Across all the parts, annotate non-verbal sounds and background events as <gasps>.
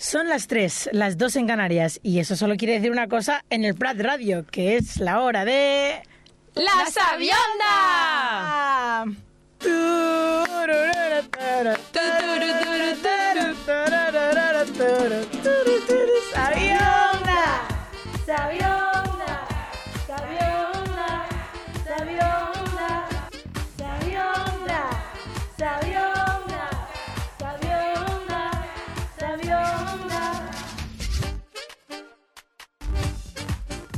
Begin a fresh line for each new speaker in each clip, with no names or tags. Son las 3, las 2 en Canarias, y eso solo quiere decir una cosa en el Prat Radio, que es la hora de...
¡La Sabionda!
¡Sabionda!
Sabionda, sabionda, sabionda, sabionda, sabionda, sabionda, sabionda.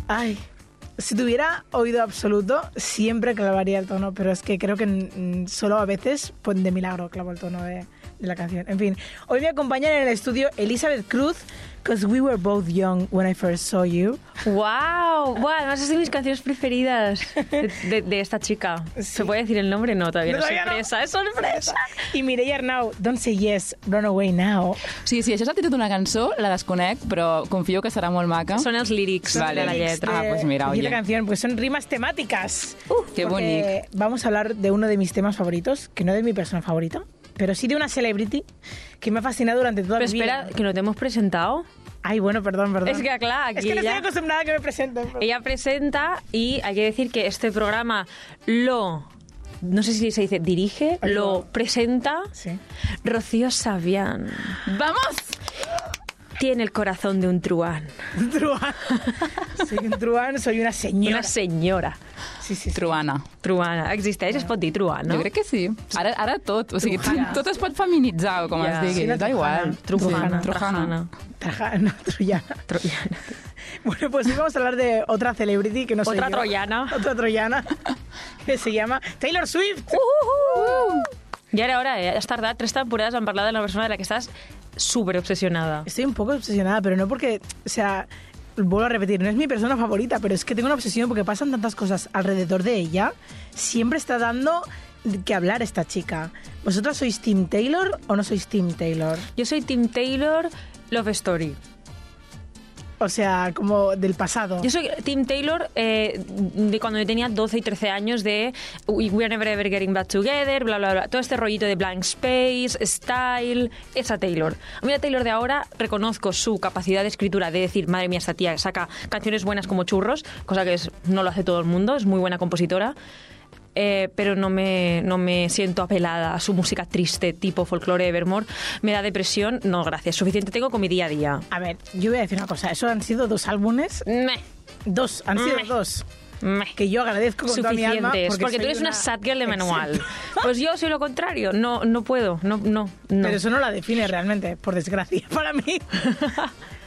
Ay, si tuviera oído absoluto, siempre clavaría el tono, pero es que creo que mm, solo a veces, pues de milagro, clavo el tono de, de la canción. En fin, hoy me acompañan en el estudio Elizabeth Cruz, because we were both young when I first saw you.
¡Wow! Buah, además es de mis canciones preferidas de, de- de esta chica.
Sí.
¿Se puede decir el nombre? No, todavía no, es
Todavía no.
sorpresa, es sorpresa.
I Mireia Arnau, Don't Say Yes, Run Away Now.
Sí, sí, això és el títol d'una cançó, la desconec, però confio que serà molt maca.
Son los lyrics
Vale.
de la
lyrics
letra.
Ah,
de-
pues mira,
de
oye.
la canción, pues son rimas temáticas.
qué
Porque Vamos a hablar de uno de mis temas favoritos, que no de mi persona favorita, pero sí de una celebrity que me ha fascinado durante toda
Pero
mi vida.
espera, que no te hemos presentado.
Ay, bueno, perdón, perdón.
Es que, claro,
Es
aquí
que no
ya-
estoy acostumbrada a que me presenten. pero-
Ella presenta y hay que decir que este programa lo... No sé si se dice dirige,
Ay,
lo
no.
presenta
Sí.
Rocío Sabián.
¡Vamos!
Tiene el corazón de un <laughs> truán.
Un truán. soy un truán, soy una señora.
Una señora.
Sí, sí, sí.
Truana.
Truana. Existeix? Es pot dir truán, no?
No? Jo crec que sí. Ara, ara tot. O sigui, tot, tot es pot feminitzar, o com
Ja.
yeah. es
Sí,
digui.
la
da igual.
Trujana.
Sí, Trujana.
Trujana.
Traja- no, troyana.
Troyana.
Bueno, pues hoy vamos a hablar de otra celebrity que no soy
Otra
yo.
troyana.
Otra
<laughs>
troyana. Que se llama Taylor Swift.
Uh, I ara, ara, eh? has tardat tres temporades en parlar de la persona de la que estàs súper obsesionada.
Estoy un poco obsesionada, pero no porque, o sea, vuelvo a repetir, no es mi persona favorita, pero es que tengo una obsesión porque pasan tantas cosas alrededor de ella. Siempre está dando que hablar esta chica. ¿Vosotras sois Team Taylor o no sois Team Taylor?
Jo soy Tim Taylor, Love Story.
O sea, como del pasado.
Yo soy Tim Taylor eh, de cuando yo tenía 12 y 13 años de We- We're Never Ever Getting Back Together, bla, bla, bla. Todo este rollito de Blank Space, Style, esa Taylor. A mí la Taylor de ahora reconozco su capacidad de escritura, de decir, madre mía, esta tía saca canciones buenas como churros, cosa que es- no lo hace todo el mundo, es muy buena compositora. eh, pero no me, no me siento apelada a su música triste tipo folclore Evermore. Me da depresión. No, gracias. Suficiente tengo con mi día a día.
A ver, yo voy a decir una cosa. Eso han sido dos álbumes.
Meh,
Dos, han sido
Meh.
dos.
meh.
Que yo agradezco con toda mi alma.
Mm. suficientes, porque,
soy
tú eres una sad
<laughs>
girl de manual.
Exacto.
Pues yo soy lo contrario, no no puedo, no no no.
Pero eso no la define realmente, por desgracia, <laughs> para
<laughs>
mí.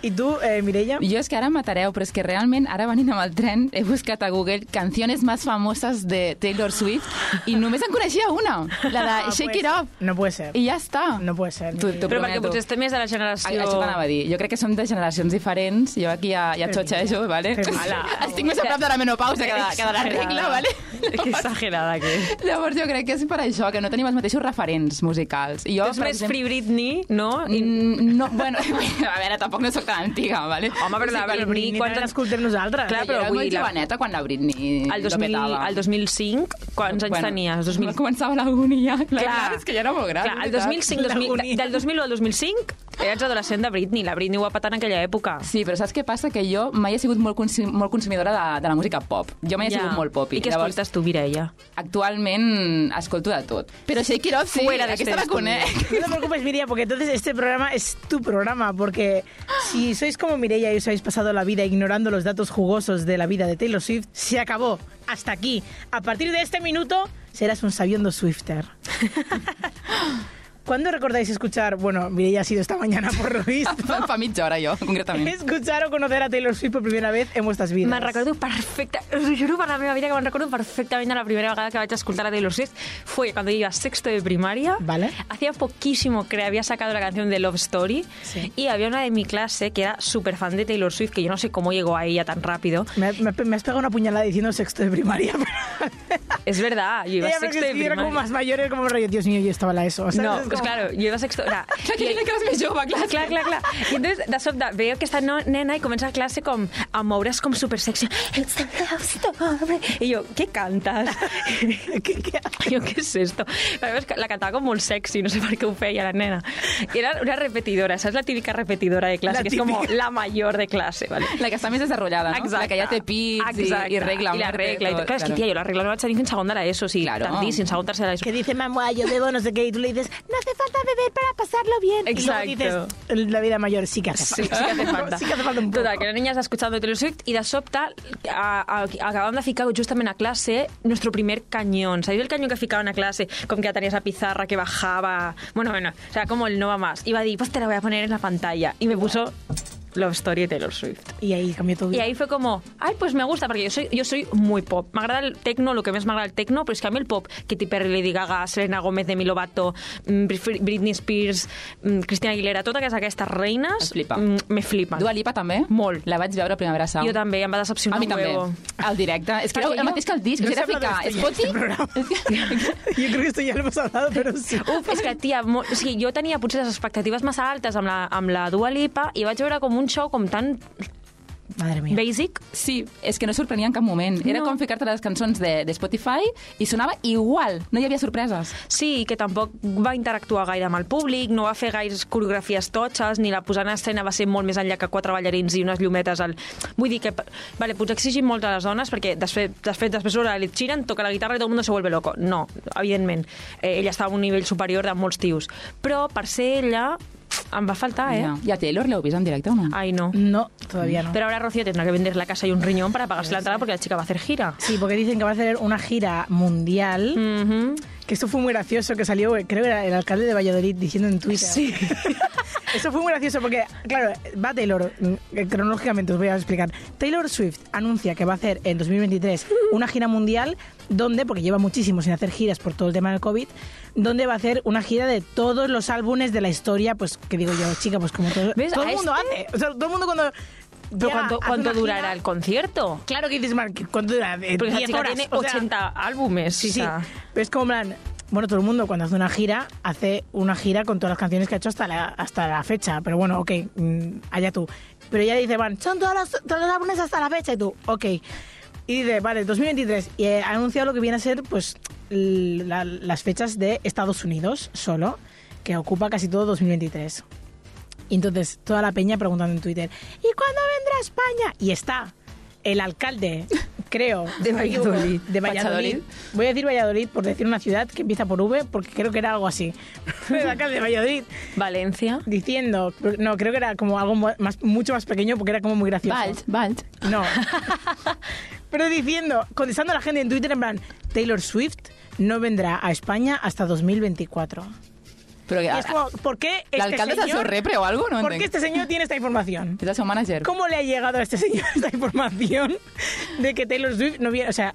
¿Y tú, eh, Mireia?
Jo és que ara em matareu, però és que realment ara venint amb el tren he buscat a Google canciones más famoses de Taylor Swift i només en coneixia una, la de Shake It Up.
Ah, pues No puede ser.
I ja està.
No puede ser.
Tu-
Mireia.
tu-
Però perquè
prometo.
potser estem més de la generació...
Això t'anava a dir. Jo crec que som de generacions diferents. Jo aquí ja, ja xotxejo, vale?
Femina.
Ala. Estic més a prop de la menopausa que de, que de la regla,
<laughs>
vale?
Que exagerada que és.
Llavors jo crec que és per això, que no tenim els mateixos referents musicals. I jo,
Tu ets més Free Britney, no? I,
Mm, no, bueno, <laughs> a veure, tampoc no sóc tan antiga, vale?
home, però la
Ni-
Britney...
ni
Quants
tant
anys...
escoltem nosaltres.
Clar,
Clar, però
però
jo era
vull
molt
dir, la-
joveneta quan la Britney
Al,
lo
2000,
petava.
al 2005, quants anys
Bueno,
tenies? 2000...
<laughs> Començava la uni ja, clar, clar,
Clar.
és que ja era molt gran.
Clar, el
veritat.
2005, 2000,
L'agonia.
del 2001 al 2005 eres adolescent de Britney, la Britney ho va patar en aquella època.
Sí, però saps què passa? Que jo mai he sigut molt, consum molt consumidora de, de la música pop. Jo mai he sigut molt pop.
I què escoltes tu, Mireia?
actualment escolto de tot. Però Shake It Up sí,
Fuera de
aquesta
este <laughs>
la conec.
No te preocupes, Mireia, porque entonces este programa es tu programa, porque si sois como Mireia y os habéis pasado la vida ignorando los datos jugosos de la vida de Taylor Swift, se acabó. Hasta aquí. A partir de este minuto serás un sabiendo Swifter. <laughs> ¿Cuándo recordáis escuchar? Bueno, Mireia ha sido esta mañana por lo
<laughs>
visto.
Fa, fa mitja hora jo, concretament.
escuchar o conocer a Taylor Swift por primera vez en vuestras vidas.
Me'n recordo perfecte, us ho juro per la meva vida que me'n recordo perfectament de la primera vegada que vaig escoltar a Taylor Swift fue cuando yo iba a sexto de primaria.
Vale.
Hacía poquísimo que había sacado la canción de Love Story
Sí.
y había una de mi clase que era súper fan de Taylor Swift, que yo no sé cómo llegó a ella tan rápido.
Me, me- me has pegado una puñalada diciendo sexto de primaria. <laughs> pero-
Es verdad, yo iba a
Ya, pero
sexto
que
de
si era
primaria.
como más mayores, como rollo, Dios mío, yo estaba en la ESO. O sea,
No,
es
pues claro, jo era sexto... Clar,
Clar que hi ha que és més jove, clar.
clar, clar, clar. I entonces, de sobte, veieu aquesta no, nena i comença a classe com a moure's com supersexy. It's the love story. I jo, què cantes?
<laughs> ¿Qué- qué?
<laughs> Jo, què és esto? Però és que la cantava com molt sexy, no sé per què ho feia la nena. I era una repetidora, saps la típica repetidora de classe,
La
que és com
típica.
la major de classe, vale?
La que està més desenvolupada, no? La que ja té pits i,
Exacte.
i regla.
I la
muerte,
regla. I tot.
tot,
Clar, és que, tia, jo la regla no vaig tenir fins segon de l'ESO, o sigui,
Claro.
tardíssim, segon, tercer de l'ESO.
Que dice mamá, yo bebo no sé qué, y tú le dices, no hace falta beber para pasarlo bien. Y luego
Exacto.
dices, la vida mayor sí que hace
Sí,
falta.
sí que hace
<laughs>
falta.
sí que hace falta un poco.
Total, que la niña está escuchando Taylor Swift y de sobte a, a, acabàvem de ficar justament a classe nuestro primer cañón. ¿Sabéis el cañón que ficaban a clase? Com que tenía esa pizarra que bajaba... Bueno, bueno, o sea, como el no va más. Iba a decir, pues te la voy a poner en la pantalla. Y me puso Love Story de Taylor Swift.
Y ahí cambió todo.
Y ahí fue como, ay, pues me gusta, porque yo soy, yo soy muy pop. Me agrada el tecno, lo que más me agrada el tecno, pero es que a mí el pop, Katy Perry, Lady Gaga, Selena Gómez, Demi Lovato, mm, Bri- Britney Spears, mm, Cristina Aguilera, totes aquestes
Em
reines
flipa.
mm, me flipen.
Dua Lipa també?
Molt.
La vaig veure a Primavera Sound.
Jo també, em va decepcionar
A mi
un
també.
huevo.
Al directe. És que era
Perquè
el
jo-
mateix que el disc.
No
Era
se habla
ficar
de esto ya,
Spotty...
este programa. <laughs>
<laughs>
yo creo que esto ya lo hemos hablado, pero sí.
<laughs> Uf, és que, tia, mo, o sigui, jo tenia potser les expectatives massa altes amb la, amb la Dua Lipa i vaig veure com un show com tan
Madre mía.
basic
Sí, és que no sorprenia en cap moment. Era
No.
com ficar-te les cançons de, de Spotify i sonava igual. No hi havia sorpreses.
Sí, que tampoc va interactuar gaire amb el públic, no va fer gaires coreografies totxes, ni la posada en escena va ser molt més enllà que quatre ballarins i unes llumetes. Al... Vull dir que, vale, potser exigim molt a les dones, perquè després, després, després surt l'Ed Sheeran, toca la guitarra i tot el món se vuelve loco. No, evidentment. Eh, ella estava a un nivell superior de molts tios. Però per ser ella, em va faltar, eh? Ah,
Ja. I a Taylor l'heu vist en directe o no?
Ai, no.
No, todavía no.
Pero ahora Rocío tendrá que vender la casa y un riñón para pagarse la entrada porque la chica va a hacer gira.
Sí, porque dicen que va a hacer una gira mundial.
Mhm.
Que esto fue muy gracioso, que salió, creo que era el alcalde de Valladolid diciendo en Twitter.
Sí.
<laughs> Eso fue muy gracioso porque, claro, va Taylor, mm, cronológicamente os voy a explicar. Taylor Swift anuncia que va a hacer en 2023 una gira mundial donde, porque lleva muchísimo sin hacer giras por todo el tema del COVID, donde va a hacer una gira de todos los álbumes de la historia, pues que digo yo, chica, pues como todo,
¿Ves?
todo
A
el mundo
este-
hace. O sea, todo el mundo cuando...
Pero
llega,
¿cuánto,
hace
cuánto
una
durará
gira-
el concierto?
Claro que dices, Mark, ¿cuánto dura? Eh,
Porque la
10
chica
horas,
tiene
o sea,
80 álbumes.
Sí,
o
sí.
sea.
Pero Pues es como en plan. Bueno, todo el mundo cuando hace una gira, hace una gira con todas las canciones que ha hecho hasta la, hasta la fecha. Pero bueno, ok, mm, allá tú. Pero ella dice, van, son todas las, todos los álbumes hasta la fecha. Y tú, ok. Y dice, vale, 2023. Y eh, ha anunciado lo que viene a ser, pues, l- la- las fechas de Estados Unidos solo, que ocupa casi todo 2023. Y entonces toda la peña preguntando en Twitter, ¿y cuándo vendrá a España? Y está el alcalde, creo,
De
si no me equivoco,
Valladolid.
de Valladolid. Voy a decir Valladolid por decir una ciudad que empieza por V, porque creo que era algo así. El alcalde de Valladolid
Valencia.
diciendo, no, creo que era como algo mu- más, mucho más pequeño porque era como muy gracioso.
Valls, Valls.
No. Pero diciendo, contestando a la gente en Twitter en plan, Taylor Swift no vendrá a España hasta 2024.
Però
Y es como, ¿por qué este
l'alcalde és el seu
señor-
repre o alguna cosa? No
¿Por qué
entenc.
este señor tiene esta
<laughs>
información?
És el seu manager.
¿Cómo le ha llegado a este señor <laughs> esta información de que Taylor Swift no viene? O sea,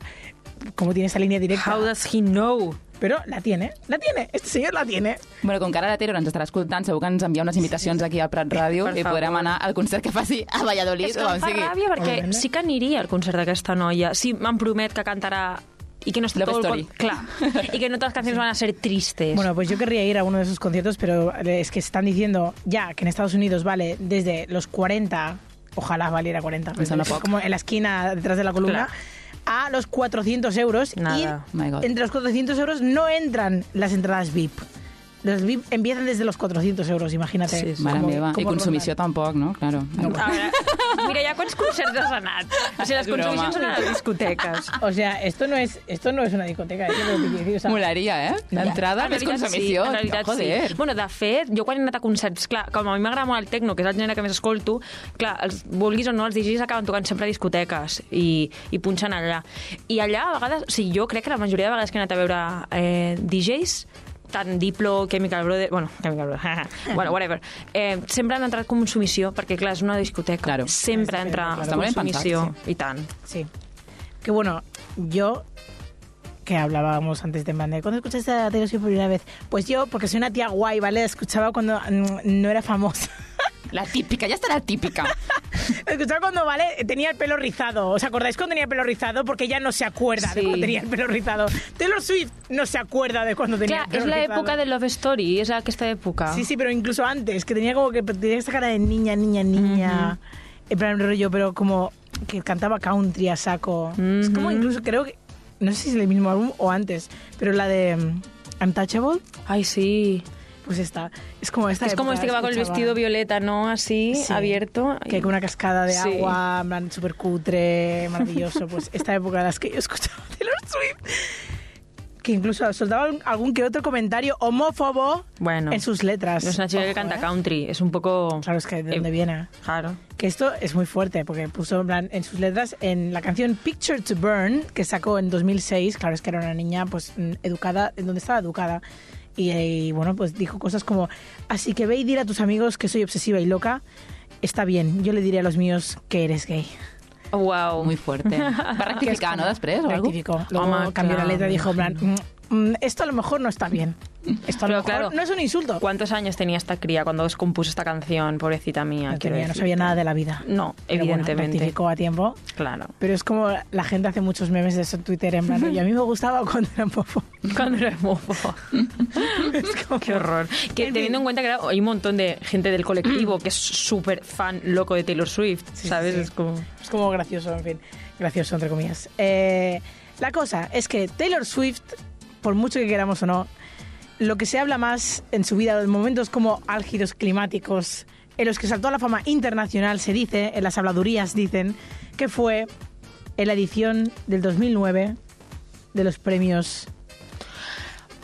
¿cómo tiene esa línea directa?
How does he know?
Pero la tiene, la tiene, este señor la tiene.
Bueno, com que ara la Taylor ens estarà escoltant, segur que ens envia unes invitacions aquí al Prat Ràdio
Per
i
favor.
podrem anar al concert que faci a Valladolid.
És que em fa ràbia perquè
Obviamente.
sí que aniria al concert d'aquesta noia. Sí, m'han promet que cantarà i que no està
Love
tot el...
Story.
con- Clar. I que no totes les cançons van a ser tristes.
Bueno, pues yo querría ir a uno de esos conciertos, pero es que están diciendo ya que en Estados Unidos vale desde los 40, ojalá valiera 40,
Me suena poco.
como en la esquina detrás de la columna.
Claro.
A los 400 euros
Nada.
y
My God.
entre los 400 euros no entran las entradas VIP. Los VIP empiezan desde los 400 euros, imagínate.
Sí, sí.
Mare
Como-
meva. I
como
consumició tampoc, no? Claro.
No.
A veure, mira ja quants concerts has anat. O sigui, les
És broma.
consumicions són a les discoteques.
O sea, esto no es, esto no es una discoteca, eso es lo que quiero decir, o sea, <laughs>
Molaria, eh? L'entrada
En
més
realitat
consumició.
Sí, en realitat
Joder.
sí. Bueno, de fet, jo quan he anat a concerts, clar, com a mi m'agrada molt el tecno, que és el gènere que més escolto, clar, els, vulguis o no, els DJs acaben tocant sempre a discoteques i, i punxen allà. I allà, a vegades, o sigui, jo crec que la majoria de vegades que he anat a veure eh, DJs, tant Diplo, Chemical Brothers... Bueno, Chemical Brothers,
Ah.
bueno, whatever. Eh, sempre han entrat com consumició, perquè, clar, és una discoteca.
Claro.
Sempre entra
Està molt ben pensat,
consumició. I tant.
Sí. Que bueno, yo que hablábamos antes de en plan de, ¿cuándo escuchaste a Taylor Swift por primera vez? Pues yo, porque soy una tía guay, ¿vale? La Escuchaba cuando mm, no era famosa. <laughs>
La típica, ja estarà típica.
Escuchad cuando Vale tenía el pelo rizado. ¿Os acordáis cuando tenía el pelo rizado? Porque ella no se acuerda de
Sí.
cuando tenía el pelo rizado. Taylor Swift no se acuerda de cuando tenía el
Claro,
pelo
es la
rizado.
época de Love Story, es la que esta época.
Sí, sí, pero incluso antes, que tenía como que tenía esta cara de niña, niña, niña. En plan rollo, pero como que cantaba country a saco. Es como incluso, creo que. No sé si es el mismo álbum o antes, pero la de mm, Untouchable,
Ay, sí.
pues está. Es como esta.
es como
época,
este que va con el
escuchaba.
vestido violeta, ¿no? Así,
Sí.
abierto.
Que hay como una cascada de
Sí.
agua, en plan súper cutre, maravilloso.
<laughs>
Pues esta época de las que yo escuchaba <laughs> Taylor Swift. Que incluso soltaba algún- algún que otro comentario homófobo
Bueno.
en sus letras.
No es una chica que
Ojo,
canta
¿eh?
country, es un poco...
Claro, es que de
Eh,
dónde viene.
Claro.
Que esto es muy fuerte, porque puso en, plan, en sus letras en la canción Picture to Burn, que sacó en 2006. Claro, es que era una niña pues mm, educada, en donde estaba educada. Y, y, bueno, pues dijo cosas como: Así que ve y dile a tus amigos que soy obsesiva y loca. Está bien, yo le diré a los míos que eres gay. Oh,
Wow.
<laughs> Muy fuerte. Va rectificar, ¿no? Després o algo?
Rectificó. Luego
Home,
cambió la
claro,
letra y
me
dijo: en plan, "Mm, mm, Esto a lo mejor no está bien. Esto a lo mejor
Pero claro,
no es un insulto.
¿Cuántos años tenía esta cría cuando compuso esta canción, pobrecita mía?
No,
quiero
tenía, no
decirte?
sabía nada de la vida.
No,
Pero bueno,
evidentemente.
rectificó a tiempo.
Claro. <laughs>
Pero es como la gente hace muchos memes de eso en Twitter, en plan, y a mí me gustaba <laughs> cuando era popo.
Cuando era bobo.
<laughs>
Qué horror. Que
En fin.
teniendo en cuenta que claro, hay un montón de gente del colectivo que es súper fan loco de Taylor Swift,
Sí,
¿sabes?
sí, sí.
Es como...
Es como gracioso, en fin. Gracioso, entre comillas. Eh, la cosa es que Taylor Swift, por mucho que queramos o no, lo que se habla más en su vida, los momentos como álgidos climáticos, en los que saltó a la fama internacional, se dice, en las habladurías dicen, que fue en la edición del 2009 de los premios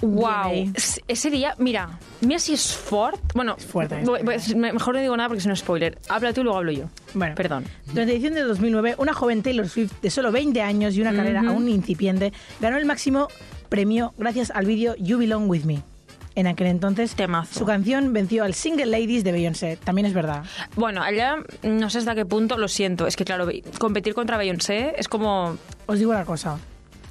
Wow.
DNA.
Ese día, mira, mira si es fort. Bueno,
Es fuerte, ¿eh?
voy- voy- me- mejor no digo nada porque es un spoiler. Habla tú, luego hablo yo.
Bueno.
Perdón.
Durante la edición de 2009, una joven Taylor Swift de solo 20 años y una carrera aún incipiente ganó el máximo premio gracias al vídeo You Belong With Me. En aquel entonces,
Temazo.
su canción venció al Single Ladies de Beyoncé. También es verdad.
Bueno, allá no sé hasta qué punto, lo siento. Es que claro, be- competir contra Beyoncé es como.
Os digo una cosa.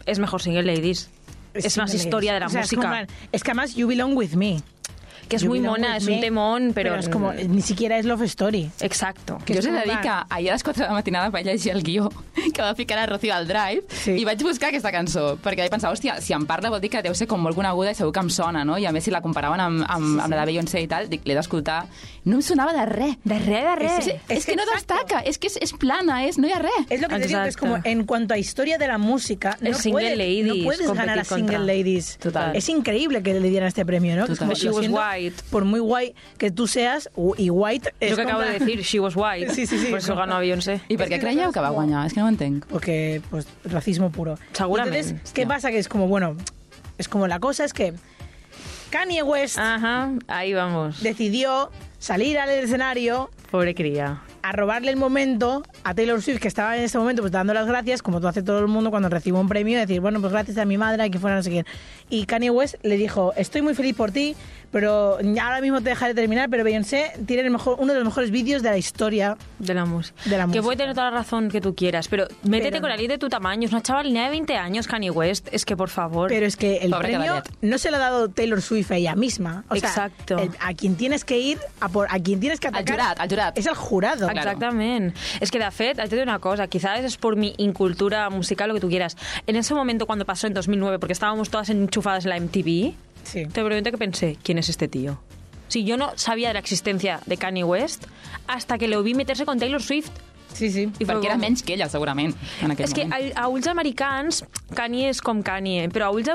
Es mejor single ladies. Es más
Single
historia de la
Ladies. O sea, es como
música.
plan- Es que además You Belong With Me.
que es
You
muy
Belong
mona,
With
es un
Me,
temón, pero.
es como, ni siquiera es Love Story.
Exacto.
Que
jo
és
us he de
com
dir que
va.
ahir a les 4 de la matinada vaig llegir el guió que va ficar a Rocío al Drive
Sí.
sí. i vaig buscar aquesta cançó, perquè vaig pensar, hòstia, si em parla vol dir que deu ser com molt coneguda i segur que em sona, no? I a més, si la comparaven amb, amb, amb la de Beyoncé i tal, dic, l'he d'escoltar. No em sonava de res.
De re, de re.
És, és, és que no
exacto.
destaca, és que és, és plana, és, no hi ha res.
Es lo que te digo, que es
Exacto.
como en cuanto a historia de la música,
El
no,
Single
puede-
Ladies,
no puedes ganar a
competir
Single
contra-
Ladies.
Total.
Es increíble que le dieran este premio, ¿no? Que es
Total.
como,
She
lo
was
siento,
white.
Por muy guay que tú seas, u- y white es
Lo que acabo
como-
de decir, She Was White.
Sí, sí, sí.
Por eso ganó a Beyoncé.
I per
És
què
que
creieu
és
que va
com-
guanyar? És que no ho entenc.
Porque, pues, racismo puro.
Seguramente,
Entonces, ¿qué
hostia.
pasa? Que es como, bueno, es como la cosa es que Kanye West
Ajá, ahí vamos.
decidió salir al escenario
Pobre cría.
a robarle el momento a Taylor Swift, que estaba en ese momento pues dando las gracias, como tú hace todo el mundo cuando recibe un premio, decir, bueno, pues gracias a mi madre, a quien fuera no sé quién. Y Kanye West le dijo, estoy muy feliz por ti, pero ahora mismo te dejaré terminar, pero Beyoncé tiene el mejor, uno de los mejores vídeos de la historia.
De la música.
De la
que
música.
puede tener toda la razón que tú quieras, pero métete
Pero
con
no.
alguien de tu tamaño. Es una chavalina de 20 años, Kanye West. Es que, por favor.
Pero es que el
Pobre
premio
Kanye.
no se lo ha dado Taylor Swift a ella misma. O sea,
Exacto.
el- a quien tienes que ir, a, por, a quien tienes que
Al
atacar.
jurat, al jurat.
Es al jurado.
Claro.
Exactament. Es que, de fet, haig de dir una cosa, quizás es por mi incultura musical, lo que tú quieras. En ese momento, cuando pasó en 2009, porque estábamos todas enchufadas en la MTV,
Sí.
te prometo que pensé, ¿quién es este tío? Si yo no sabía de la existencia de Kanye West hasta que lo vi meterse con Taylor Swift.
Sí, sí.
I
Perquè era
com-
menys que ella, segurament, en aquell
És que
moment.
a, a ulls americans, Kanye és com Kanye, però a ulls de,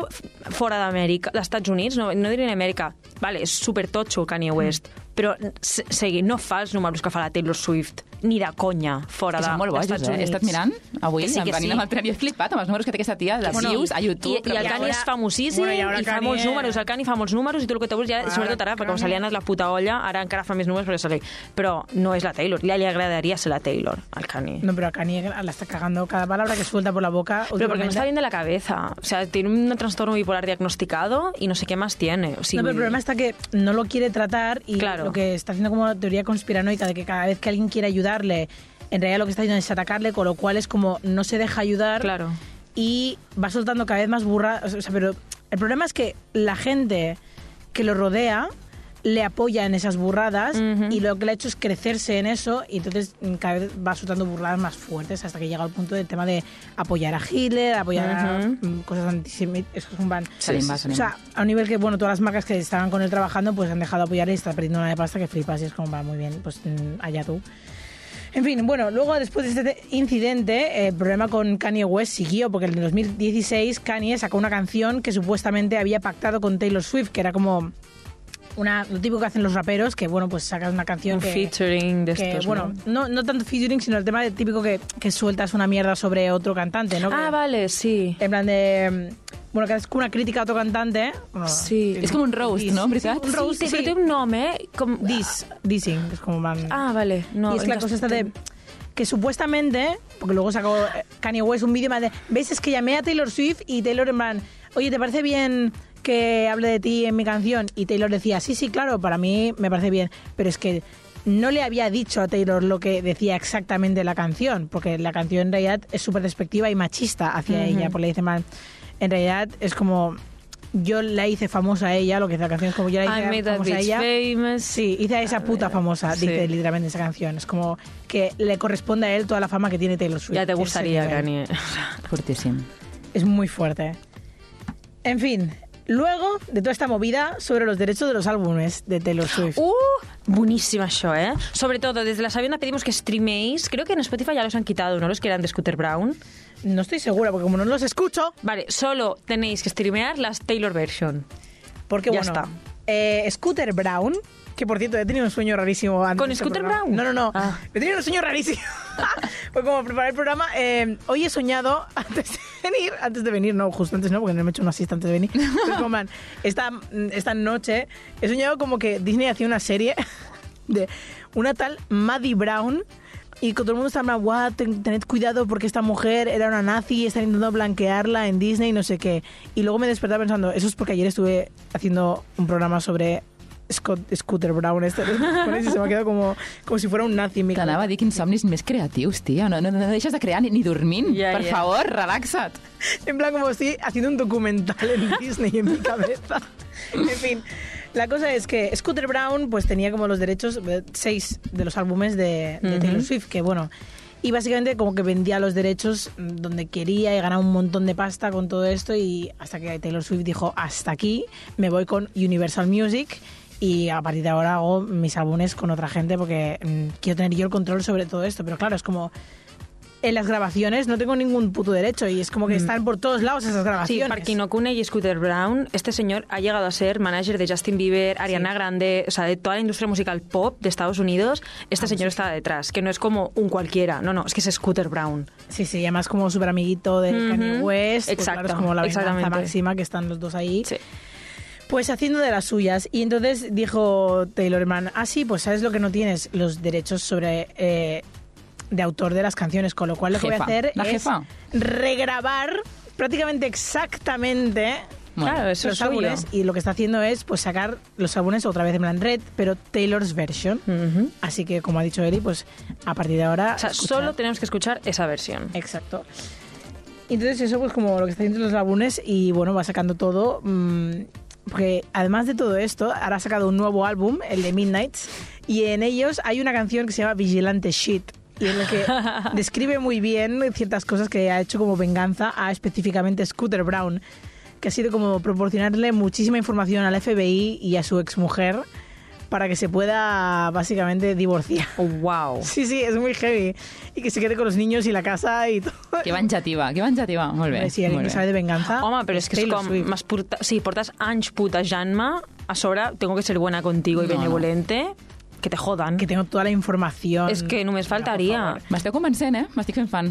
fora d'Amèrica, d'Estats Units, no, no diré en Amèrica, vale, és super totxo Kanye West,
Mm.
però se- segui, no fa els números que fa la Taylor Swift, ni de conya, fora
que
de-
són molt bojos,
d'Estats
eh? He
Units.
estat mirant avui,
Que sí, que
venint
sí.
amb el tren, i he flipat amb els números que té aquesta tia de
Bueno,
views a YouTube.
I, i el
i
Kanye
ara-
és famosíssim
bueno, i
i,
ara
fa
Kanye-
molts números, el Kanye fa molts números i tu el que te vols ja,
Ara
i sobretot ara, perquè com
Kanye-
se li ha anat la puta olla, ara encara fa més números perquè se li... Però no és la Taylor, ja li agradaria ser la Taylor, al Kanye.
No, pero a Kanye la está cagando cada palabra que suelta por la boca.
Pero porque no
últimamente.
está bien de la cabeza. O sea, tiene un trastorno bipolar diagnosticado y no sé qué más tiene. O sea,
No, pero el problema está que no lo quiere tratar y
Claro.
lo que está haciendo como teoría conspiranoica de que cada vez que alguien quiere ayudarle, en realidad lo que está haciendo es atacarle, con lo cual es como no se deja ayudar
Claro.
y va soltando cada vez más burra. O sea, pero el problema es que la gente que lo rodea le apoya en esas burradas
Ujú.
y lo que le ha hecho es crecerse en eso y entonces mm, cada vez va soltando burradas más fuertes hasta que llega al punto del tema de apoyar a Hitler, apoyar a
Ujú.
mm, cosas antisemitas, eso es un ban.
Salen más,
O
salen
sea, a un nivel que, bueno, todas las marcas que estaban con él trabajando, pues han dejado de apoyar y está perdiendo una de pasta que flipas y es como, va, muy bien, pues mm, allá tú. En fin, bueno, luego después de este te- incidente, eh, el problema con Kanye West siguió, porque en el 2016 Kanye sacó una canción que supuestamente había pactado con Taylor Swift, que era como una, lo típico que hacen los raperos, que bueno, pues sacas una canción
Un
que...
featuring de
que,
estos,
bueno, ¿no? No, tanto featuring, sino el tema de- típico que, que sueltas una mierda sobre otro cantante, ¿no?
¿no? Ah,
Que-
vale, sí.
en plan de. Bueno, que es como una crítica a otro cantante. Bueno,
Sí.
Es como un roast,
diss.
¿no, Brisat?
un roast,
sí, te-
sí.
pero tiene un nombre, ¿eh? Com-
Diss, dissing, es como van.
Ah, vale. No,
y es que la
entonces
cosa está
te-
de. Que supuestamente, porque luego sacó eh, Kanye West un vídeo en plan de. ¿Ves? Es que llamé a Taylor Swift y Taylor en plan. Oye, ¿te parece bien que hable de ti en mi canción? Y Taylor decía, sí, sí, claro, para mí me parece bien. Pero es que no le había dicho a Taylor lo que decía exactamente la canción, porque la canción en realidad es súper despectiva y machista hacia ella, porque le dice mal. En realidad es como. Yo la hice famosa a ella, lo que es la canción es como yo la
I
hice
made that
famosa a
bitch
ella.
famous.
Sí, hice a esa puta famosa,
sí.
dice literalmente esa canción. Es como que le corresponde a él toda la fama que tiene Taylor Swift.
Ya te
Ese
gustaría,
nivel.
Kanye.
Fuertísimo.
Es muy fuerte. En fin, luego de toda esta movida sobre los derechos de los álbumes de
<gasps>
Taylor Swift.
¡Uh! Buenísima show, ¿eh? Sobre todo, desde la Sabienda pedimos que streaméis. Creo que en Spotify ya los han quitado, ¿no? Los que eran de Scooter Brown.
No estoy segura, porque como no los escucho,
Vale, solo tenéis que streamear las Taylor Version.
porque
Ya
bueno.
está.
eh, Scooter Brown, que por cierto, he tenido un sueño rarísimo antes.
¿Con
de este
Scooter
programa.
Braun?
No, no, no.
Ah.
He tenido un sueño rarísimo. <laughs> Fue como preparar el programa. eh, hoy he soñado <laughs> antes de venir, antes de venir, no, justo antes no, porque no me he hecho una siesta antes de venir. Pero como, man, esta, esta noche he soñado como que Disney hacía una serie <laughs> de una tal Maddie Brown. Y que todo el mundo está en plan, "Guau, ten- tened cuidado porque esta mujer era una nazi y están intentando blanquearla en Disney, no sé qué. Y luego me despertaba pensando, eso es porque ayer estuve haciendo un programa sobre Scott, Scooter Brown, este, <laughs> con ese se me ha quedado como, como si fuera un nazi en mi cabeza.
T'anava a dir quins somnis més creatius, tia. No, no, no deixes de crear ni, ni dormint.
Ja,
per
ja.
favor, relaxa't.
En plan, como estoy haciendo un documental <laughs> en Disney en mi cabeza. En fin, la cosa es que Scooter Brown pues tenía como los derechos, eh, seis de los álbumes de, de Taylor Swift, que bueno. Y básicamente como que vendía los derechos mm, donde quería y ganaba un montón de pasta con todo esto y hasta que Taylor Swift dijo, hasta aquí, me voy con Universal Music y a partir de ahora hago mis álbumes con otra gente porque mm, quiero tener yo el control sobre todo esto. Pero claro, es como en las grabaciones no tengo ningún puto derecho y es como que están por todos lados esas
Mm. Sí,
grabaciones.
Parkinokune y Scooter Brown. Este señor ha llegado a ser manager de Justin Bieber, Ariana Grande, o sea, de toda la industria musical pop de Estados Unidos. Este señor está detrás, que no es como un cualquiera. No, no, es que es Scooter Brown.
Sí, sí, además como súper amiguito de Kanye
Ujú.
West. pues
Exacto,
claro, es como la venganza
exactamente.
máxima que están los dos ahí.
Sí.
Pues haciendo de las suyas. Y entonces dijo Taylor Mann, ah, sí, pues sabes lo que no tienes, los derechos sobre... eh, de autor de las canciones, con lo cual lo que voy a
Jefa,
hacer
la
es
jefa.
regrabar prácticamente exactamente
Bueno,
claro, eso
los
es suyo.
álbumes y lo que está haciendo es pues sacar los álbumes otra vez en plan red, pero Taylor's version.
Ujú.
Así que, como ha dicho Eri, pues a partir de ahora.
O sea,
escuchar.
solo tenemos que escuchar esa versión.
Exacto. Y Entonces, eso, pues, como lo que está haciendo los álbumes, y bueno, va sacando todo. mm, porque además de todo esto, ahora ha sacado un nuevo álbum, el de Midnights, y en ellos hay una canción que se llama Vigilante Shit. Y en la
<laughs>
que describe muy bien ciertas cosas que ha hecho como venganza a específicamente Scooter Brown, que ha sido como proporcionarle muchísima información al FBI y a su exmujer para que se pueda básicamente divorciar.
¡Wow!
Sí, sí, es muy heavy. Y que se quede con los niños y la casa y todo.
Que venjativa, que venjativa. Molt bé,
si alguien
molt
que
bé.
sabe de venganza.
Home, però és que és
Taylor
com...
Swift.
Mas porta, sí, portes anys puta Janma, a sobre tengo que ser buena contigo y
No, no.
benevolente, que te jodan.
Que tengo toda la información.
Es que només
Mira, por
faltaría.
favor.
M'esteu convencent, eh? M'estic fent <laughs> fan.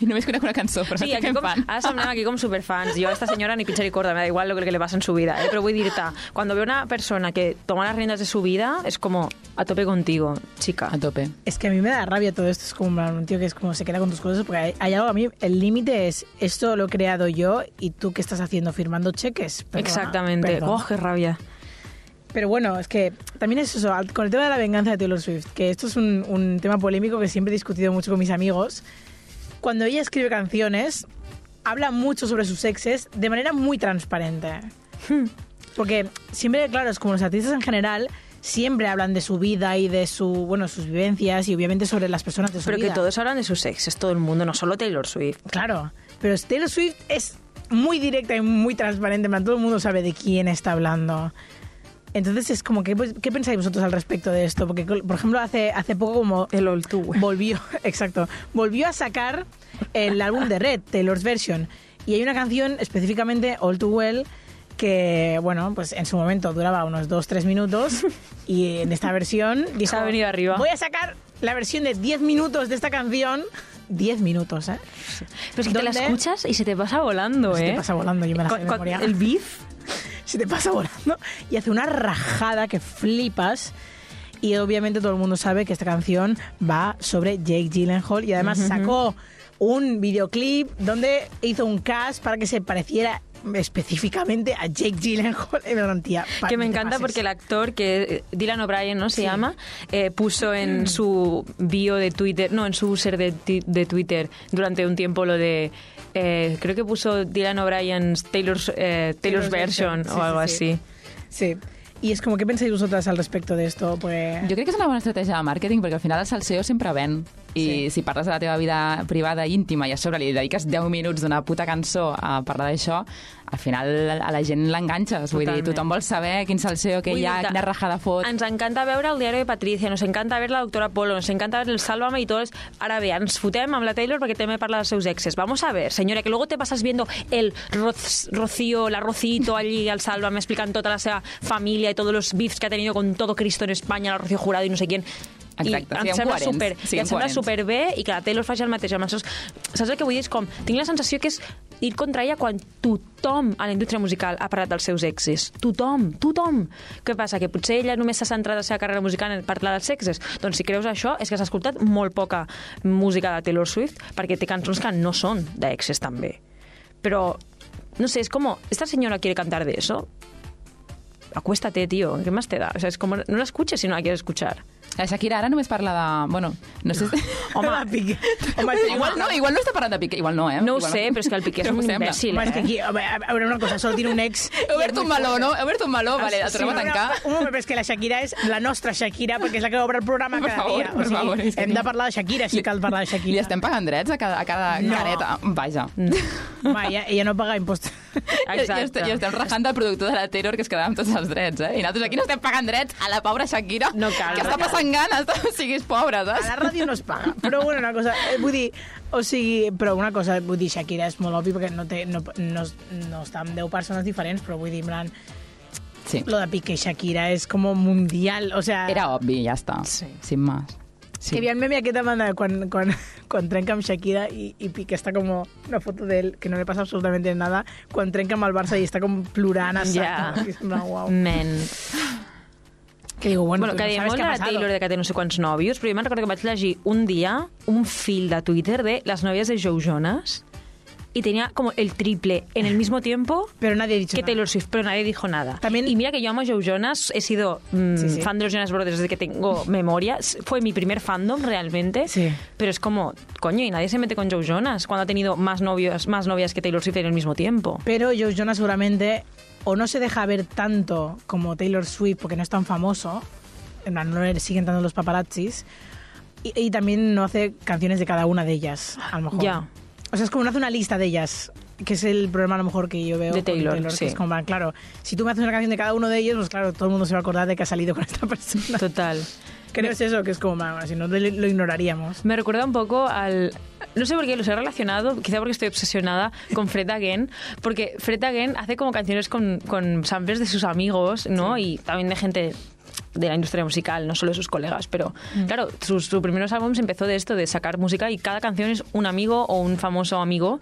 I només conec una cançó, però
Sí,
m'estic
aquí
em
fent
com,
fan.
ara semblem aquí com superfans. Jo a esta senyora ni pitxer ni corda, me da igual lo que le pasa en su vida. Eh? Però vull dir-te, quan veo una persona que toma las riendas de su vida, es como a tope contigo, chica.
A tope.
Es que a mí me da rabia todo esto. Es como en plan, un tío que es como se queda con tus cosas. Porque hay, hay algo a mí. El límite es esto lo he creado yo y tú qué estás haciendo firmando cheques. Perdona,
Exactamente.
perdona.
Oh, qué rabia.
Pero bueno, es que también es eso, al- con el tema de la venganza de Taylor Swift, que esto es un, un tema polémico que siempre he discutido mucho con mis amigos. Cuando ella escribe
Hmm.
canciones, habla mucho sobre sus exes de manera muy transparente. Porque siempre, claro, es como los artistas en general, siempre hablan de su vida y de su, bueno, sus vivencias y obviamente sobre las personas de su
Pero
vida.
que todos hablan de sus exes, todo el mundo, no solo Taylor Swift.
Claro, pero Taylor Swift es muy directa y muy transparente, en plan, todo el mundo sabe de quién está hablando. Entonces es como, ¿qué, qué pensáis vosotros al respecto de esto? Porque, por ejemplo, hace, hace poco como
El old tú, güey.
volvió, <laughs> exacto, volvió a sacar el álbum de Red, Taylor's Version. Y hay una canción específicamente, All Too Well, que, bueno, pues en su momento duraba unos 2-3 minutos
<laughs>
y en esta versión dijo,
ha venido arriba.
voy a sacar la versión de 10 minutos de esta canción. <laughs> 10 minutos, ¿eh?
Pero es que te la
¿Dónde?
escuchas y se te pasa volando,
Se
¿eh?
te pasa volando, yo me la sé
Con-
de
con
memoria.
el beef.
Se te pasa volando y hace una rajada que flipas. Y obviamente todo el mundo sabe que esta canción va sobre Jake Gyllenhaal y además sacó un videoclip donde hizo un cast para que se pareciera específicamente a Jake Gyllenhaal en garantía.
Que me encanta porque el actor, que eh, Dylan O'Brien, ¿no? Se llama, eh, puso
Mm.
en su bio de Twitter, no, en su user de, ti- de Twitter durante un tiempo lo de. eh, creo que puso Dylan O'Brien Taylor's, eh, Taylor's
Taylor's Version,
Version
sí,
o
sí,
algo
sí.
así.
Sí. Y es como, ¿qué pensáis vosotras al respecto de esto? Pues... <laughs>
Jo crec que és una bona estratègia de màrqueting perquè al final el salseo sempre ven i sí. si parles de la teva vida privada i íntima i a sobre li dediques 10 minuts d'una puta cançó a parlar d'això, al final a la gent l'enganxes. Vull dir,
Totalment.
tothom vol saber quin salseo que
Vull
hi ha,
dir que
quina rajada fot.
Ens encanta veure el diari de Patricia, nos encanta ver la doctora Polo, nos encanta ver el Sálvame i tots. Ara bé, ens fotem amb la Taylor perquè també parla dels seus exes. Vamos a ver, senyora, que luego te pasas viendo el Roz- Rocío, la Rocito allí al Sálvame, explicant tota la seva família i tots los beefs que ha tenido con todo Cristo en España, la Rocío Jurado i no sé quién.
Exacte,
I em
siguem
sembla
coherents,
super, i
siguem
em sembla
coherents.
superbé i que la Taylor faci el mateix amb els seus... Saps el que vull dir? És com, tinc la sensació que és ir contra ella quan tothom a la indústria musical ha parlat dels seus exes. Tothom, tothom. Què passa? Que potser ella només s'ha centrat a la seva carrera musical en parlar dels sexes? Doncs si creus això, és que s'ha escoltat molt poca música de Taylor Swift perquè té cançons que no són d'exes també. Però, no sé, és com... Esta senyora quiere cantar de eso? Acuéstate, tío, ¿qué más te da? O sea, es como, no la escuches si no la quieres escuchar.
La Shakira ara només parla de... Bueno, no sé...
<laughs>
<laughs>
Home, Piqué. Home, és que
igual no, igual no està parlant de Piqué, igual no, eh?
No ho
igual
sé, però és que el Piqué és
<laughs> em
un
sembla.
imbècil.
Home, és que aquí, a veure, a veure, una cosa, solo tiene un ex.
He obert un meló, no? He obert un meló, Ah, vale, la
Sí,
tornem a
no, no,
tancar.
Un moment, però és que la Shakira és la nostra Shakira, perquè és la que obre el programa
Per
cada
favor,
dia.
per favor, és que
hem
no.
de parlar de Shakira, si cal parlar de Shakira.
Li estem pagant drets a cada, a cada
No.
careta. Vaja.
Va, eh, ella, ella no paga impostos.
I,
Exacte.
estem, I estem rajant el productor de la Taylor que es quedava amb tots els drets, eh? I nosaltres aquí no estem pagant drets a la pobra Shakira,
No cal,
que
no
està
cal.
passant ganes, <laughs> o siguis pobra,
A la
saps?
ràdio no es paga. Però bueno, una cosa, eh, vull dir, o sigui, però una cosa, vull dir, Shakira és molt obvi perquè no, té, no, no, no està amb 10 persones diferents, però vull dir, en plan,
Sí,
lo de Piqué i Shakira és com mundial, o sea...
era obvi, ja està,
Sí.
sí. sin más.
Sí. Que
Sí.
vi el meme aquest demanda quan, <laughs> quan, quan trenca amb Shakira i, i Piqué està com una foto d'ell que no li passa absolutament nada quan trenca amb el Barça i està com plorant a saco. <laughs>
Ja.
I sembla guau.
Men.
Que digo, bueno,
Bueno,
tu
que
no
diem
sabes
molt
qué
de
ha
la
pasado.
Taylor de que té no sé quants nòvios, però jo me'n recordo que vaig llegir un dia un fil de Twitter de les nòvies de Joe Jonas y tenía como el triple en el mismo tiempo
Pero nadie ha dicho
que
nada.
Taylor Swift, pero nadie dijo nada.
También-
Y mira que yo amo a Joe Jonas, he sido mm,
Sí, sí.
fan de los Jonas Brothers desde que tengo memoria, S- fue mi primer fandom realmente,
Sí.
pero es como, coño, y nadie se mete con Joe Jonas cuando ha tenido más, novios, más novias que Taylor Swift en el mismo tiempo.
Pero Joe Jonas seguramente o no se deja ver tanto como Taylor Swift porque no es tan famoso, en plan, no le siguen dando los paparazzis, y, y también no hace canciones de cada una de ellas, a lo mejor.
Ya.
O sea, es como no hace una lista de ellas, que es el problema a lo mejor que yo veo
De
con
Taylor,
que
sí.
es como, claro, si tú me haces una canción de cada uno de ellos, pues claro, todo el mundo se va a acordar de que ha salido con esta
<laughs>
persona. <laughs>
Total.
Creo que es eso, que es como, bueno, si no lo lo ignoraríamos.
Me recuerda un poco al... No sé por qué los he relacionado, quizá porque estoy obsesionada con Fred Again, porque Fred Again hace como canciones con, con samples de sus amigos, ¿no? Y también de gente de la industria musical, no solo de sus colegas, pero
Mm.
claro, sus su primeros álbumes empezó de esto, de sacar música y cada canción es un amigo o un famoso amigo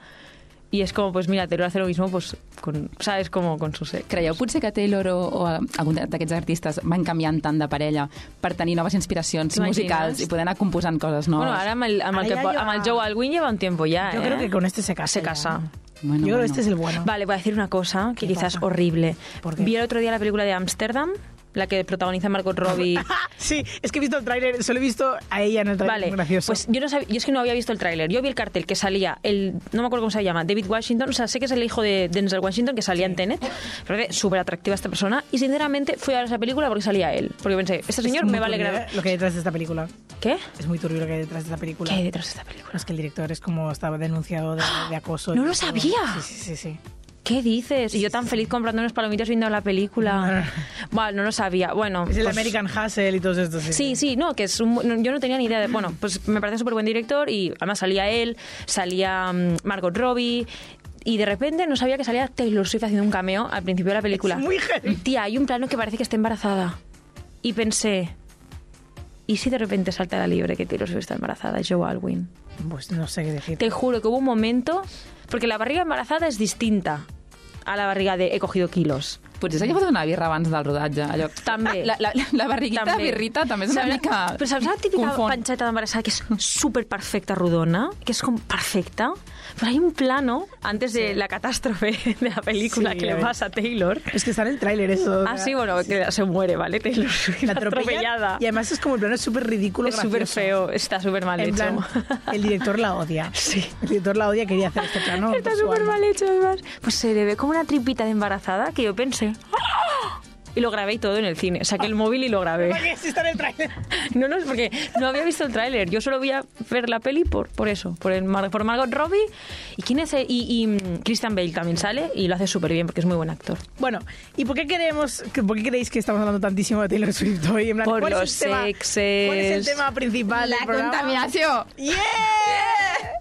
y es como, pues mira, te lo hace lo mismo, pues con, sabes, como con sus ex.
Creieu potser que Taylor o, o algun d'aquests artistes van canviant tant de parella per tenir noves inspiracions
T'imagines?
musicals i poder anar composant coses noves?
Bueno, ahora amb el, amb el,
Ahora
que,
ya
amb
lleva-
el Joe Alwyn lleva un tiempo ya,
Yo
¿eh?
creo que con este se casa.
Se
ya.
casa.
Bueno,
yo creo
bueno.
que este es el bueno.
Vale, voy a decir una cosa que
¿Qué
quizás
pasa?
horrible.
¿Por qué?
Vi el otro día la película de Ámsterdam la que protagoniza
<laughs>
Margot Robbie.
<laughs> Sí, es que he visto el tráiler, solo he visto a ella en el tráiler.
Vale,
muy gracioso.
pues yo, no sab- yo es que no había visto el tráiler. Yo vi el cartel que salía, el no me acuerdo cómo se llama, David Washington, o sea, sé que es el hijo de Denzel Washington que salía en Tenet. Me parece súper atractiva esta persona y sinceramente fui a ver esa película porque salía él. Porque pensé, este
Es
señor
muy
me va a
turbio,
alegrar.
¿eh? Lo que hay detrás de esta película.
¿Qué?
Es muy turbio lo que hay detrás de esta película.
¿Qué hay detrás de esta película?
Es que el director es como estaba denunciado de,
<gasps>
de acoso. y
¡No lo
todo.
sabía!
Sí, sí, sí. sí.
¿Qué dices? Y yo tan feliz comprando unos palomitas viendo la película. Bueno, no lo sabía. Bueno.
Ah. Es el
pues-
American Hustle y todo esto. Sí,
Sí, sí, no, que es un, no, yo no tenía ni idea de. Bueno, pues me parece súper buen director y además salía él, salía mm, Margot Robbie y de repente no sabía que salía Taylor Swift haciendo un cameo al principio de la película.
Es muy heavy.
Tía, hay un plano que parece que está embarazada. Y pensé, ¿y si de repente salta a la libre que Taylor Swift está embarazada? Es Joe Alwyn.
Pues no sé qué decir.
Te juro que hubo un momento, porque la barriga embarazada es distinta a la barriga de he cogido kilos.
Potser s'havia fet una birra abans del rodatge. Allò.
També.
La, la, la barriguita
També.
també. birrita també és una
Saps-
mica...
Però saps la típica
confon.
panxeta d'embarassada que és súper perfecta, rodona? Que és com perfecta? Però hi ha un plano antes de la catástrofe de la película
Sí,
que
a
le
ver.
pasa a Taylor.
Es que está en el tráiler eso.
Ah, sí, bueno, que se muere, ¿vale? Taylor Swift
La
atropellada.
atropellada. Y además es como el plano es súper ridículo.
Es súper
gracioso.
feo, está súper mal
En
<laughs> hecho.
plan, el director la odia.
<laughs> Sí.
El director la odia, quería hacer este plano.
Está
por su
súper
alma.
mal hecho, además. Pues se le ve como una tripita de embarazada que yo pensé... ¡Ah! Y lo grabé y todo en el cine. Saqué el móvil y lo grabé.
¿Para qué? Si está en el tráiler.
<laughs> No, no, es porque no había visto el tráiler. Yo solo voy a ver la peli por, por eso, por, el Mar- por Margot Robbie. ¿Y quién es? el- y, y, mm, Christian Bale también sale y lo hace súper bien porque es muy buen actor.
Bueno, ¿y por qué queremos, que- por qué creéis que estamos hablando tantísimo de Taylor Swift hoy? En plan,
Por
¿cuál
los
es el tema-
sexes.
¿Cuál es el tema principal del
La
programa?
contaminació!
<laughs>
¡Yeah!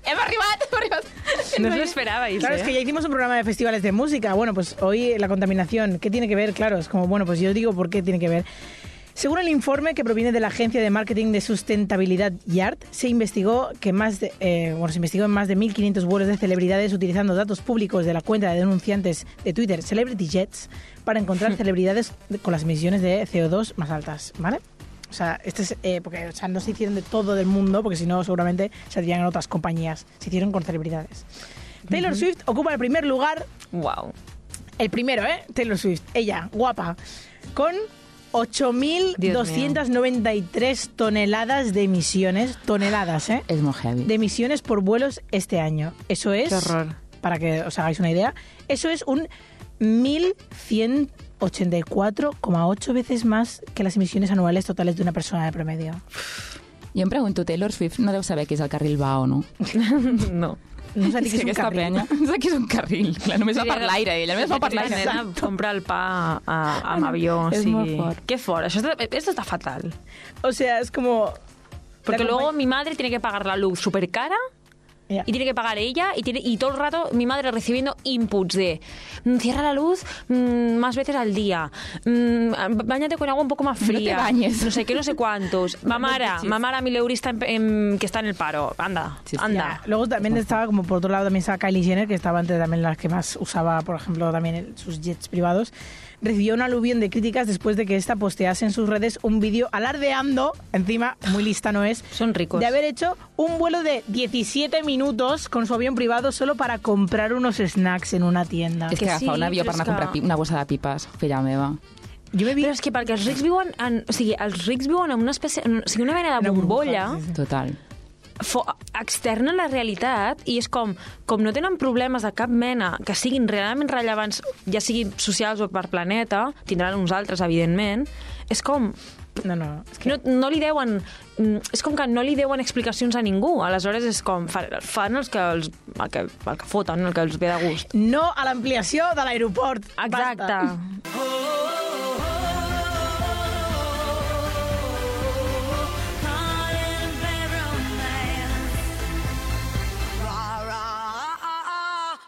Hem arribat, hem arribat!
<laughs> No os lo esperabais,
Claro,
¿eh?
es que ya hicimos un programa de festivales de música. Bueno, pues hoy eh, la contaminación, ¿qué tiene que ver? Claro, es como, bueno, pues yo digo por qué tiene que ver. Según el informe que proviene de la Agencia de Marketing de Sustentabilidad YARD, se investigó que más de, eh, bueno, se investigó en más de 1.500 vuelos de celebridades utilizando datos públicos de la cuenta de denunciantes de Twitter Celebrity Jets para encontrar celebridades con las emisiones de CO2 más altas, ¿vale? O sea, este es, eh, porque o sea, no se hicieron de todo del mundo, porque si no seguramente saldrían en otras compañías. Se hicieron con celebridades. Taylor Swift ocupa el primer lugar
Wow.
el primero, ¿eh? Taylor Swift. Ella, guapa. Con
Dios
8.293 toneladas de emisiones. Toneladas, ¿eh?
És molt heavy.
De emisiones por vuelos este año. Eso es...
Qué horror.
Para que os hagáis una idea. Eso es un 1.184,8 veces más que las emisiones anuales totales de una persona de
<laughs>
promedio.
Jo em pregunto, Taylor Swift no deu saber qui és el carril va o no?
<laughs> No.
No sé ni
És
qué es
que
un
aquesta
carril.
penya, és que és un carril. Clar, només va
Diria
per
que-
l'aire, ella només va per
La
l'aire.
nena compra el pa a, amb avió.
És
sí.
molt fort.
Qué fort. Això està, esto está fatal.
O sea, es como...
Porque
La
luego
compañ-
mi madre tiene que pagar la luz súper cara
Ya.
y tiene que pagar ella y, tiene, y todo el rato mi madre recibiendo inputs de mm, cierra la luz mm, más veces al día, mm, bañate con agua un poco más
No te
fría,
bañes.
no sé qué, no sé cuántos,
<laughs>
mamara, mamara mil eurista en- en- que está en el paro, anda,
Sí, sí.
anda.
Ya, Luego también estaba, como por otro lado, también estaba Kylie Jenner, que estaba antes también las que más usaba, por ejemplo, también el- sus jets privados. Recibió un aluvión de críticas después de que esta postease en sus redes un vídeo alardeando, encima, muy lista no es,
Son ricos.
de haber hecho un vuelo de 17 minutos con su avión privado solo para comprar unos snacks en una tienda.
És
Que
que agafar
sí,
un avió
però és
per anar a
que-
comprar pi- una bossa de pipes, filla meva.
Yo me vi...
Però és que perquè els rics viuen en, o sigui, els rics viuen en una espècie, en, o sigui, una mena de
Una
bombolla
burbuja, sí, sí.
Total.
fo externa a la realitat i és com, com no tenen problemes de cap mena que siguin realment rellevants, ja siguin socials o per planeta, tindran uns altres, evidentment, és com...
No, no, es que...
No, no li deuen... mm, És com que no li deuen explicacions a ningú. Aleshores és com... fa- Fan els que, els, el, que, el que foten, el que els ve de gust.
No a l'ampliació de l'aeroport.
Exacte.
Basta.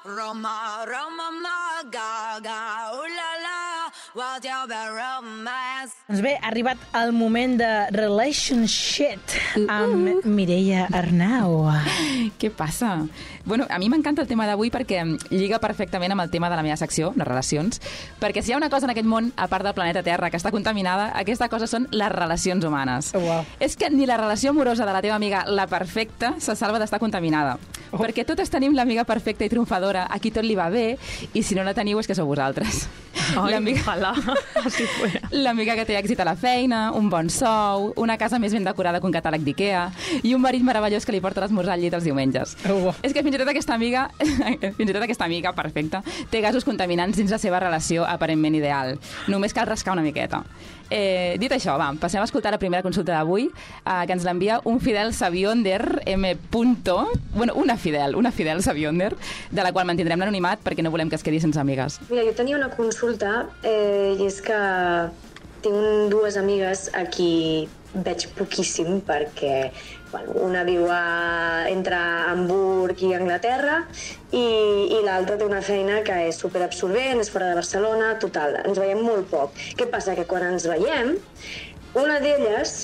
Roma, Roma, ma, gaga, ooh la la, what's your romance?
Doncs bé, ha arribat el moment de
Uh,
Relationship amb Mireia Arnau.
<laughs> Què passa? Bueno, a mi m'encanta el tema d'avui perquè mm, lliga perfectament amb el tema de la meva secció, les relacions, perquè si hi ha una cosa en aquest món, a part del planeta Terra, que està contaminada, aquesta cosa són les relacions humanes.
Oh, wow.
És que ni la relació amorosa de la teva amiga, la perfecta, se salva d'estar contaminada. Oh. Perquè totes tenim l'amiga perfecta i triomfadora, a qui tot li va bé, i si no la teniu és que sou vosaltres.
Ai,
L'amiga-
ojalà. <laughs> Així fuera.
La mica que té èxit a la feina, un bon sou, una casa més ben decorada que un catàleg d'IKEA i un marit meravellós que li porta l'esmorzar al llit els diumenges.
Uah.
És que fins i tot aquesta amiga, <laughs> fins i tot aquesta amiga, perfecta, té gasos contaminants dins la seva relació aparentment ideal. Només cal rascar una miqueta. Eh, dit això, va, passem a escoltar la primera consulta d'avui, eh, que ens l'envia un fidel sabionder M. Punto, bueno, una fidel, una fidel sabionder, de la qual mantindrem l'anonimat perquè no volem que es quedi sense amigues.
Mira, jo tenia una consulta eh, i és que tinc un, dues amigues a qui veig poquíssim perquè bueno, una viu a, entre Hamburg i Anglaterra i, i l'altra té una feina que és superabsorbent, és fora de Barcelona, total, ens veiem molt poc. Què passa? Que quan ens veiem, una d'elles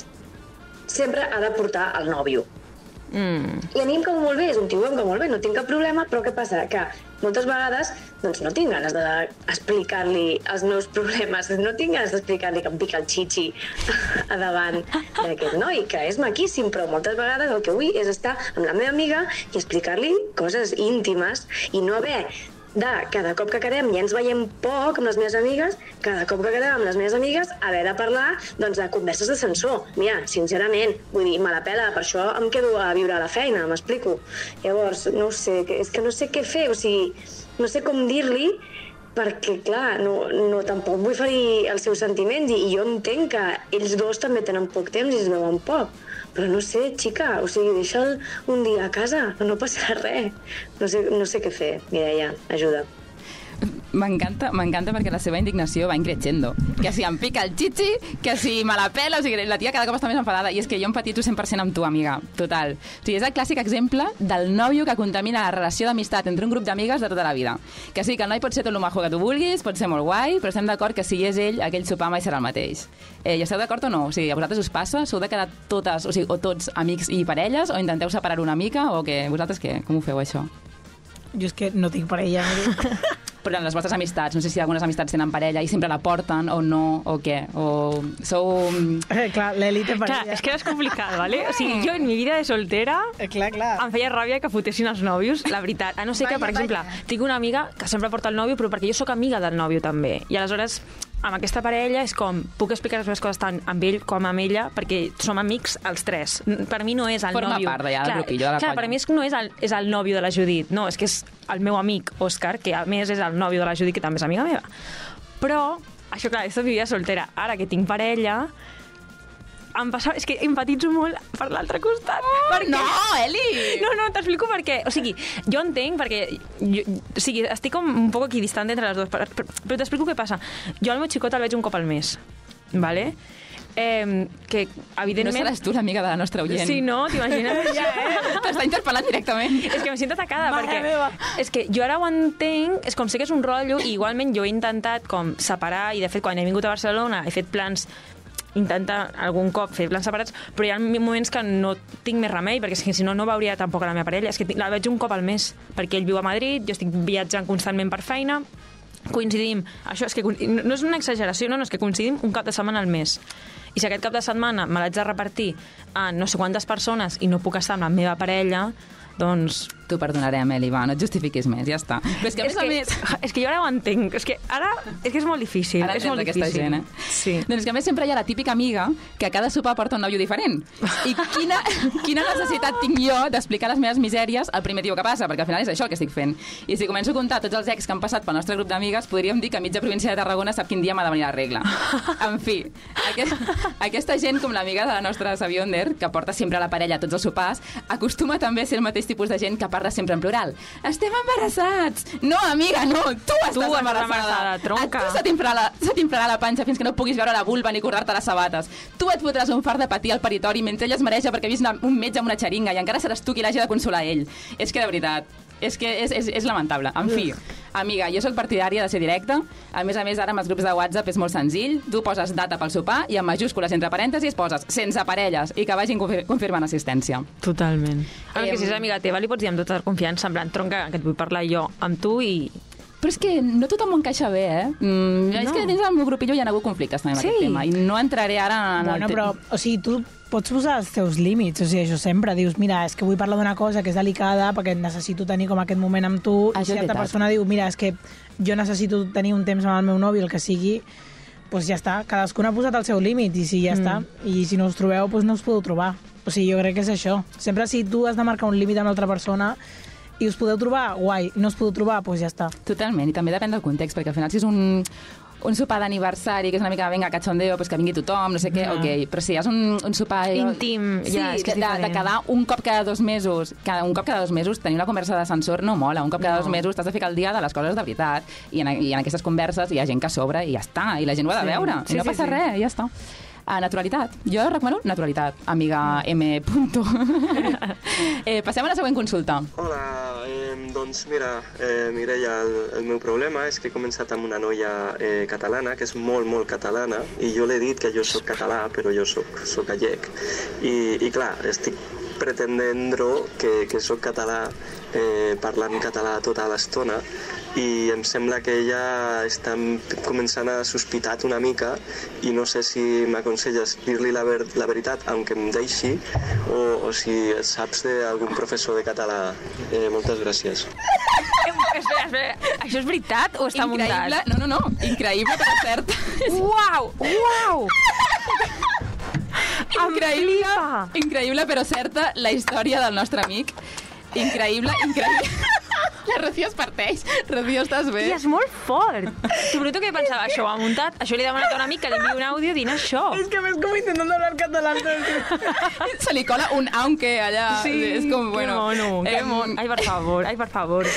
sempre ha de portar el nòvio.
Mm.
I a mi em cau molt bé, és un tio que em cau molt bé, no tinc cap problema, però què passa? Que moltes vegades doncs, no tinc ganes d'explicar-li els meus problemes, no tinc ganes d'explicar-li que em pica el xixi a davant d'aquest noi, que és maquíssim, però moltes vegades el que vull és estar amb la meva amiga i explicar-li coses íntimes i no haver de cada cop que quedem, ja ens veiem poc amb les meves amigues, cada cop que quedem amb les meves amigues, haver de parlar doncs, de converses de sensor. Mira, sincerament, vull dir, me la pela, per això em quedo a viure a la feina, m'explico. Llavors, no ho sé, que- és que no sé què fer, o sigui, no sé com dir-li perquè, clar, no, no tampoc vull ferir els seus sentiments i, i jo entenc que ells dos també tenen poc temps i es veuen poc. Però no sé, xica, o sigui, deixa'l un dia a casa, no passarà <laughs> res. No sé, no sé què fer, Mireia, ajuda.
M'encanta, m'encanta perquè la seva indignació va increixendo. Que si em pica el xixi, que si me la pela, o sigui, la tia cada cop està més enfadada. I és que jo empatitzo 100% amb tu, amiga, total. O sigui, és el clàssic exemple del nòvio que contamina la relació d'amistat entre un grup d'amigues de tota la vida. Que sí, que el noi pot ser tot lo majo que tu vulguis, pot ser molt guai, però estem d'acord que si és ell, aquell sopar mai serà el mateix. Eh, I esteu d'acord o no? O sigui, a vosaltres us passa? Sou de quedar totes, o sigui, o tots amics i parelles, o intenteu separar una mica, o que vosaltres què? Com ho feu, això?
Jo és que no tinc parella.
però en les vostres amistats, no sé si algunes amistats tenen parella i sempre la porten o no, o què, o sou... mm,
Eh, clar, l'elite parella.
Clar, és que era complicat, ¿vale? O sigui, jo en mi vida de soltera
Eh, clar, clar.
em feia ràbia que fotessin els nòvios, la veritat. A no ser que,
Vaja,
per exemple,
vaja.
tinc una amiga que sempre porta el nòvio, però perquè jo sóc amiga del nòvio també. I aleshores, amb aquesta parella és com, puc explicar les meves coses tant amb ell com amb ella, perquè som amics els tres. N- Per mi no és el
Forma
nòvio.
part ja del
clar,
grupillo, de la
clar,
colla.
per mi és, no és el, és el nòvio de la Judit, no, és que és el meu amic, Òscar, que a més és el nòvio de la Judit, que també és amiga meva. Però, això clar, és de mi vida soltera. Ara que tinc parella, em passa, és que empatitzo molt per l'altre costat. Oh,
Ah,
perquè...
no, Eli!
No, no, t'explico per què. O sigui, jo entenc perquè... Jo, o sigui, estic com un poc equidistant entre les dues, però, però t'explico què passa. Jo al meu xicot el veig un cop al mes, vale? Eh, que,
No
evidentment...
seràs tu l'amiga de la nostra oient.
Sí, no? T'imagines? <laughs> ja, eh?
T'està interpel·lant directament.
És que me sento atacada,
Mare
perquè...
meva.
És que jo ara ho entenc, és com sé que és un rotllo, i igualment jo he intentat com separar, i de fet quan he vingut a Barcelona he fet plans intentar algun cop fer plans separats, però hi ha moments que no tinc més remei, perquè és que si no, no veuria tampoc a la meva parella. És que tinc- la veig un cop al mes, perquè ell viu a Madrid, jo estic viatjant constantment per feina, coincidim, això és que coin- no no és una exageració, no, no, és que coincidim un cap de setmana al mes. I si aquest cap de setmana me l'haig de repartir a no sé quantes persones i no puc estar amb la meva parella, doncs
T'ho perdonarem, Eli, va, no et justifiquis més, ja està. Però és que, a més a més... <laughs>
és que jo ara ho entenc. És que ara és que és molt difícil.
Ara
és molt
entens aquesta
difícil.
gent, eh?
Sí.
Doncs que a més sempre hi ha la típica amiga que a cada sopar porta un nòvio diferent. I
<laughs>
quina, quina necessitat tinc jo d'explicar les meves misèries al primer tio que passa, perquè al final és això el que estic fent. I si començo a comptar tots els ex que han passat pel nostre grup d'amigues, podríem dir que mitja província de Tarragona sap quin dia m'ha de venir la regla. En fi, aquest, aquesta gent, com l'amiga de la nostra Sabionder, que porta sempre la parella a tots els sopars, acostuma també a ser el mateix tipus de gent que parla sempre en plural. Estem embarassats! No, amiga, no! Tu estàs
estàs
embarassada!
embarassada, tronca.
A tu se t'inflarà la, se t'inflarà la panxa fins que no puguis veure la vulva ni cordar-te les sabates. Tu et fotràs un fart de patir al peritori mentre ella es mareja perquè ha vist una, un metge amb una xeringa i encara seràs tu qui l'hagi de consolar ell. És que, de veritat, és que és, és, és lamentable. En fi, amiga, jo sóc partidària de ser directa. A més a més, ara amb els grups de WhatsApp és molt senzill. Tu poses data pel sopar i amb majúscules entre parèntesis poses sense parelles i que vagin confir- confirmant assistència.
Totalment. Ara
Em-
que si és amiga teva, li pots dir amb tota confiança, en plan, tronca, que et vull parlar jo amb tu i... <laughs>
Però és que no tothom ho encaixa bé, eh? Mm, no. És
No.
que dins del meu grupillo hi ha hagut conflictes també amb
Sí.
aquest tema i no entraré ara en
Bueno,
el... te-
però, o sigui, tu pots posar els teus límits, o sigui, això sempre. Dius, mira, és que vull parlar d'una cosa que és delicada perquè necessito tenir com aquest moment amb tu.
Això
I
és
si altra
veritat.
persona diu, mira, és que jo necessito tenir un temps amb el meu nòvio, el que sigui, doncs ja està, cadascun ha posat el seu límit i si ja mm. està, i si no us trobeu, doncs no us podeu trobar. O sigui, jo crec que és això. Sempre si tu has de marcar un límit amb l'altra persona i us podeu trobar, guai, no us podeu trobar, doncs ja està.
Totalment, i també depèn del context, perquè al final si és un, un sopar d'aniversari, que és una mica, vinga, cachondeo, pues que vingui tothom, no sé què,
Ja.
ok. Però si és un, un sopar...
Ah.
eh,
Íntim,
sí,
ja, és que és
de, de,
diferent.
quedar un cop cada dos mesos, cada, un cop cada dos mesos, tenir una conversa d'ascensor no mola. Un cop cada
No.
dos mesos t'has de ficar al dia de les coses de veritat. I en, i en aquestes converses hi ha gent que s'obre i ja està, i la gent ho ha de
Sí.
veure.
Sí,
I no
sí,
passa
sí.
res, ja està. Uh, naturalitat. Jo recomano naturalitat, amiga M.
<laughs>
Punto. eh, passem a la següent consulta.
Hola, eh, doncs mira, eh, Mireia, el, el meu problema és que he començat amb una noia eh, catalana, que és molt, molt catalana, i jo l'he dit que jo sóc català, però jo sóc, sóc gallec. I, I clar, estic pretendent que, que sóc català eh, parlant català tota l'estona i em sembla que ella està començant a sospitar una mica i no sé si m'aconselles dir-li la, ver la veritat, aunque em deixi, o, o si saps d'algun professor de català. Eh, moltes gràcies.
espera, espera, això és veritat o està
Increïble.
muntat?
No, no, no. Increïble, però cert.
Uau,
<laughs>
uau! Em
increïble,
flipa.
increïble però certa la història del nostre amic. Increïble, increïble. La Rocío es parteix. Rocío, estàs bé?
Tia, és molt fort. T'ho prometo que pensava, això ho ha muntat, això li he demanat a un amic que li enviï un àudio dient això.
Es que ves como intentando hablar catalán todo el tiempo.
Se li cola un aunque allà. és com,
que
bueno...
mono, que
eh,
mono. Ai, per favor, ai, per favor.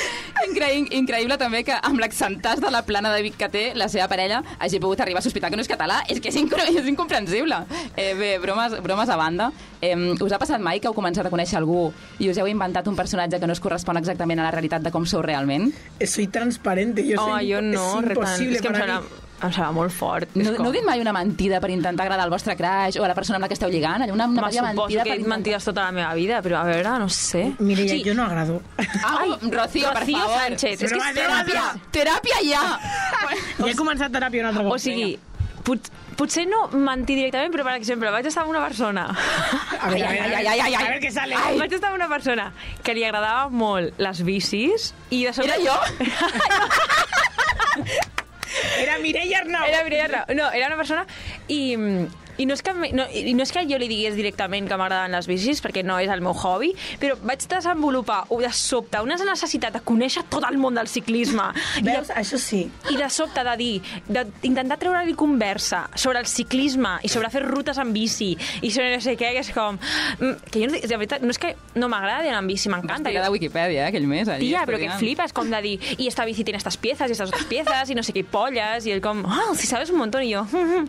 Increï increïble també que amb l'accentàs de la plana de Vic que té la seva parella hagi pogut arribar a sospitar que no és català. És que és, incre és incomprensible. Eh, bé, bromes, bromes a banda. Eh, us ha passat mai que heu començat a conèixer algú i us heu inventat un personatge que no es correspon exactament a la realitat de com sou realment?
Eh, Soy transparente, yo soy
Home, jo no,
es
re tant.
imposible
És que em
para
sona,
mí.
em sona molt fort.
No,
És com-
no heu dit mai una mentida per intentar agradar al vostre crush o a la persona amb la que esteu lligant? Allò Una, una
Home,
petita
suposo que
mentida
he dit mentides tota la meva vida, però a veure, no sé.
Mireia, yo no agrado.
Au, Rocío, per
Rocío
favor.
Sánchez, és
Però
que
va,
és
Déu,
teràpia.
va,
Teràpia ja!
Ya he comenzado terapia una altra
O sigui, pot, potser no mentir directament, però, per exemple, vaig estar amb una persona...
A ver, a ver, a ver,
ai, ai, ai.
a ver qué sale.
Ai. <laughs> Vaig estar amb una persona que li agradava molt les bicis i de sobte...
Era jo?
Era Mireia Arnau.
Era Mireia Rau. No, era una persona i... I no, és que, me- no, I no és que jo li digués directament que m'agraden les bicis, perquè no és el meu hobby, però vaig desenvolupar o de sobte una necessitat de conèixer tot el món del ciclisme.
Veus?
I,
Això sí.
de, I de sobte de dir, d'intentar treure-li conversa sobre el ciclisme i sobre fer rutes en bici i sobre no sé què, que és com... mm, Que jo, no- de veritat, no és que no m'agradi anar en bici, m'encanta.
Tira
jo-
de Wikipedia, eh, aquell mes. Allí,
Tía, pero que
estudiant.
flipas, com de dir, y esta bici tiene estas piezas y estas otras piezas y no sé qué pollas, y él com, ah, si sabes un montón, y yo, <laughs> "Mm, mm".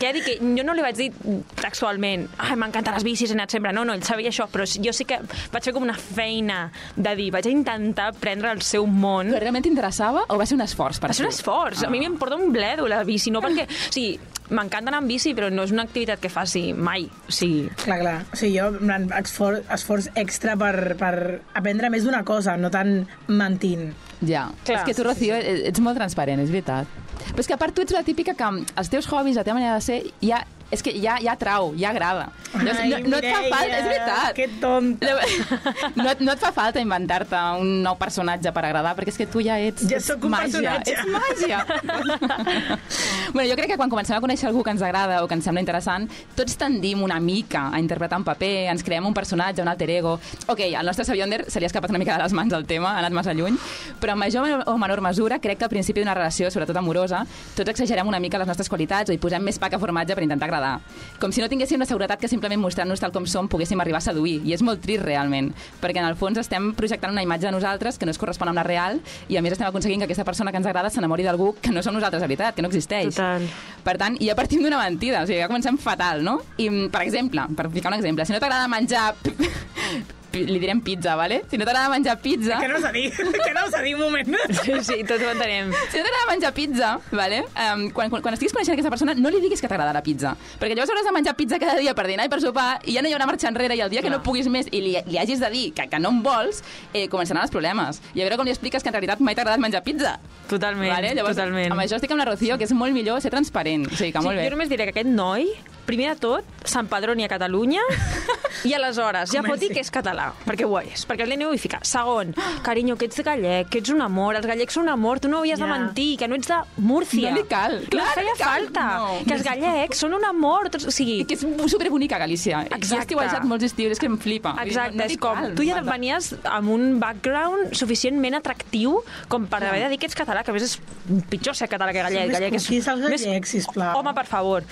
que ha dit que jo no li vaig dir textualment, ai, m'encanten les bicis, he anat sempre, no, no, ell sabia això, però jo sí que vaig fer com una feina de dir, vaig a intentar prendre el seu món.
Però realment t'interessava o va ser un esforç? Per
Va ser un
tu? Ah.
esforç, a mi em porta un bledo la bici, no perquè, o sigui, m'encanta anar amb bici, però no és una activitat que faci mai, o sigui, <laughs>
Clar, clar. O sigui, jo, en plan, esforç, esforç extra per, per aprendre més d'una cosa, no tan mentint.
Ja.
Clar.
és que tu, Rocío, e- ets molt transparent, és veritat. Però és que a part tu ets la típica que mm, els teus hobbies, la teva manera de ser, ja, és que ja, ja trau, ja agrada. Llavors,
Ai,
no, no et fa
Mireia,
falta, és veritat.
Que tonta.
Llavors, <laughs> No, et- no et fa falta inventar-te un nou personatge per agradar, perquè és que tu ja ets...
Ja
ets
sóc un
màgia,
personatge. <laughs>
Ets màgia. bueno, jo crec que quan comencem a conèixer algú que ens agrada o que ens sembla interessant, tots tendim una mica a interpretar un paper, ens creem un personatge, un alter ego... Ok, al nostre Savionder se li ha escapat una mica de les mans el tema, ha anat massa lluny, però en major o menor mesura crec que al principi d'una relació, sobretot amorosa, tots exagerem una mica les nostres qualitats o hi posem més pa que formatge per intentar agradar. Com si no tinguéssim la seguretat que simplement mostrant-nos tal com som poguéssim arribar a seduir. I és molt trist realment, perquè en el fons estem projectant una imatge de nosaltres que no es correspon amb la real i a més estem aconseguint que aquesta persona que ens agrada s'enamori d'algú que no som nosaltres de veritat, que no existeix.
Total.
Per tant, ja partim d'una mentida, o sigui, ja comencem fatal, no? I, mm, per exemple, per ficar un exemple, si no t'agrada menjar... <laughs> pi- li direm pizza, vale? Si no t'agrada menjar pizza...
Que no us ha dit, que no us ha dit un moment.
sí, sí, tots ho entenem.
Si no t'agrada menjar pizza, vale? um, quan, quan, quan estiguis coneixent aquesta persona, no li diguis que t'agrada la pizza. Perquè llavors hauràs de menjar pizza cada dia per dinar i per sopar, i ja no hi haurà marxa enrere, i el dia que
Clar.
no puguis més i li, li hagis de dir que, que no en vols, eh, començaran els problemes. I a veure com li expliques que en realitat mai t'ha agradat menjar pizza.
Totalment,
vale? Llavors,
totalment.
Amb això estic amb la Rocío, que és molt millor ser transparent. O sigui, que molt
sí,
bé.
Jo només diré que aquest noi primer de tot, Sant Padroni a
<laughs>
Catalunya, i aleshores ja pot dir que és català, perquè ho és, perquè l'aneu i ficar. Segon, carinyo, que ets gallec, que ets un amor, els gallecs són un amor, tu no havies
Ja.
de mentir, que no ets de Múrcia.
No li cal.
No
Clar,
li feia
no cal,
falta.
no.
Que els gallecs són un amor, tots- o sigui...
I que és superbonica, Galícia. Jo he
Exacte.
estiuejat molts estius, és que em flipa.
Exacte,
No, no
és
li
com,
cal,
tu ja
m'encanta.
venies amb un background suficientment atractiu com per haver de dir que ets català, que a més és pitjor ser català que gallec.
Sí, més
gallec és,
cookies als
més-
gallecs, sisplau.
Home, per favor.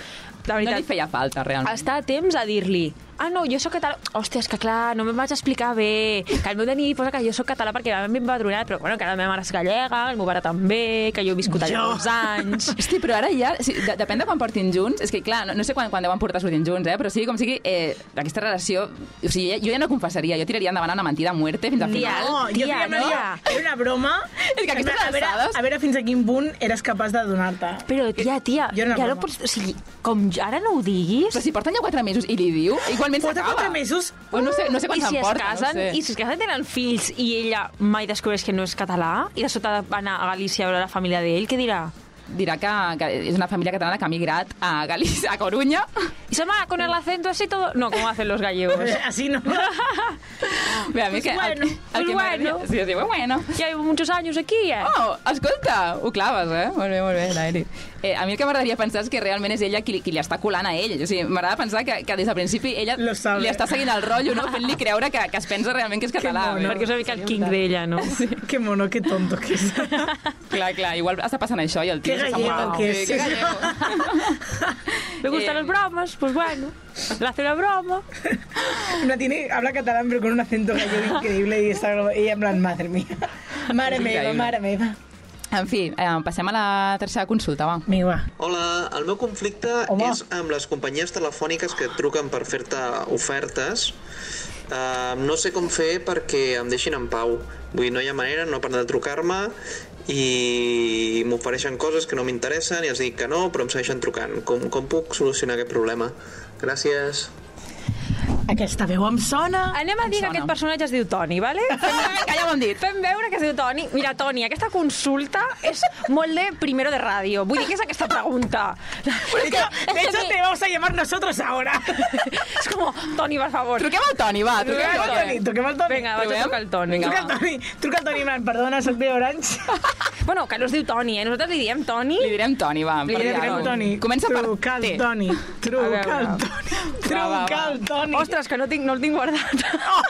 La
No
veritat,
li feia falta, realment.
està a temps a dir-li ah, no, jo sóc català... Hòstia, és que clar, no me'n vaig explicar bé, que el meu DNI posa que jo sóc català perquè m'han ben padronat, però bueno, que la meva mare és gallega, el meu pare també, que jo he viscut
Jo.
allà molts anys...
<laughs> Hosti, però ara ja... Sí, de, depèn de quan portin junts. És que, clar, no, no sé quan, quan deuen portar sortint junts, eh? Però sigui com sigui, eh, aquesta relació... O sigui, jo ja no confessaria, jo tiraria endavant una mentida a muerte fins al final.
No, jo crec
tia,
que no,
no?
era- Era una broma.
És que aquestes
a veure,
alçades-
a veure fins a quin punt eres capaç de donar-te.
Però, tia, tia,
Jo no
ja no
broma.
pots... O sigui, com ara no ho
Però
diguis...
si porten ja quatre mesos i li diu, igualment
Porta
s'acaba.
quatre mesos?
O no sé, no sé quan
Uh! I si es
s'emporta,
casen,
no ho sé.
i si es casen tenen fills i ella mai descobreix que no és català i de sota va anar a Galícia a veure la família d'ell, què dirà?
Dirà que, que és una família catalana que ha migrat a Galícia, a Coruña.
Y se llama con el acento así todo... No, como hacen los
<laughs>
gallegos.
Así no.
Bé, a mi que,
bueno,
el, el que
pues
m'agradaria-
bueno.
Sí, sí, bueno, bueno.
Ya llevo muchos años aquí, eh?
Oh, escolta, ho claves, eh? Molt bé, molt bé, Laeri. Eh, a mi el que m'agradaria pensar és que realment és ella qui, li- qui li està colant a ell. O sigui, m'agrada pensar que, que des del principi ella
Lo sabe.
li està seguint el rotllo,
<laughs>
no? fent-li creure que, que es pensa realment que és català.
mono.
bé.
Perquè és una mica el king d'ella, no?
<laughs> qué mono, qué tonto que es.
Clar, clar, igual està passant això i el tio...
Qué
s'està
gallego
morint.
que
Sí,
és.
Que gallego.
Le gustan
Eh,
las bromas, pues bueno. Le hace una broma.
<laughs> Una tiene, habla catalán pero con un acento gallego increíble y está como- ella en plan, madre mía. Madre me va,
Increíble.
madre me va.
En fi, eh, passem a la tercera consulta, va.
Me va.
Hola, el meu conflicte
Home.
és amb les companyies telefòniques que et truquen per fer-te ofertes. Uh, no sé com fer perquè em deixin en pau. Vull dir, no hi ha manera, no paren de trucar-me i m'ofereixen coses que no m'interessen i els dic que no, però em segueixen trucant. Com, com puc solucionar aquest problema? Gràcies.
Aquesta veu em sona.
Anem a dir que
sona.
aquest personatge es diu Toni,
<laughs>
¿vale?
Vinga, ja ho hem dit.
Fem veure que es diu Toni. Mira, Toni, aquesta consulta és molt de primero de ràdio. Vull dir, què és aquesta pregunta?
Porque, de hecho, te vamos a llamar nosotros
<laughs>
ahora.
<laughs> És com, Toni, per favor.
Truquem al Toni, va.
Truquem
Truquem
al
al
Toni, truquem al Toni.
Vinga, vaig a
Trobem?
trucar al Toni.
Vinga,
Truca al
va.
Toni, truca al Toni, en plan, perdona, soc de
<laughs>
Orange.
Bueno, que no es diu Toni, eh? Nosaltres li diem Toni.
Li direm Toni, va.
Li
per
Mira,
direm
dir-ho.
truca al Toni.
Comença per
truca al
T.
Toni.
A veure.
Truca al Toni.
Va, va,
Truca
va.
al Toni.
Ostres, que no, tinc, no el tinc guardat.
Oh!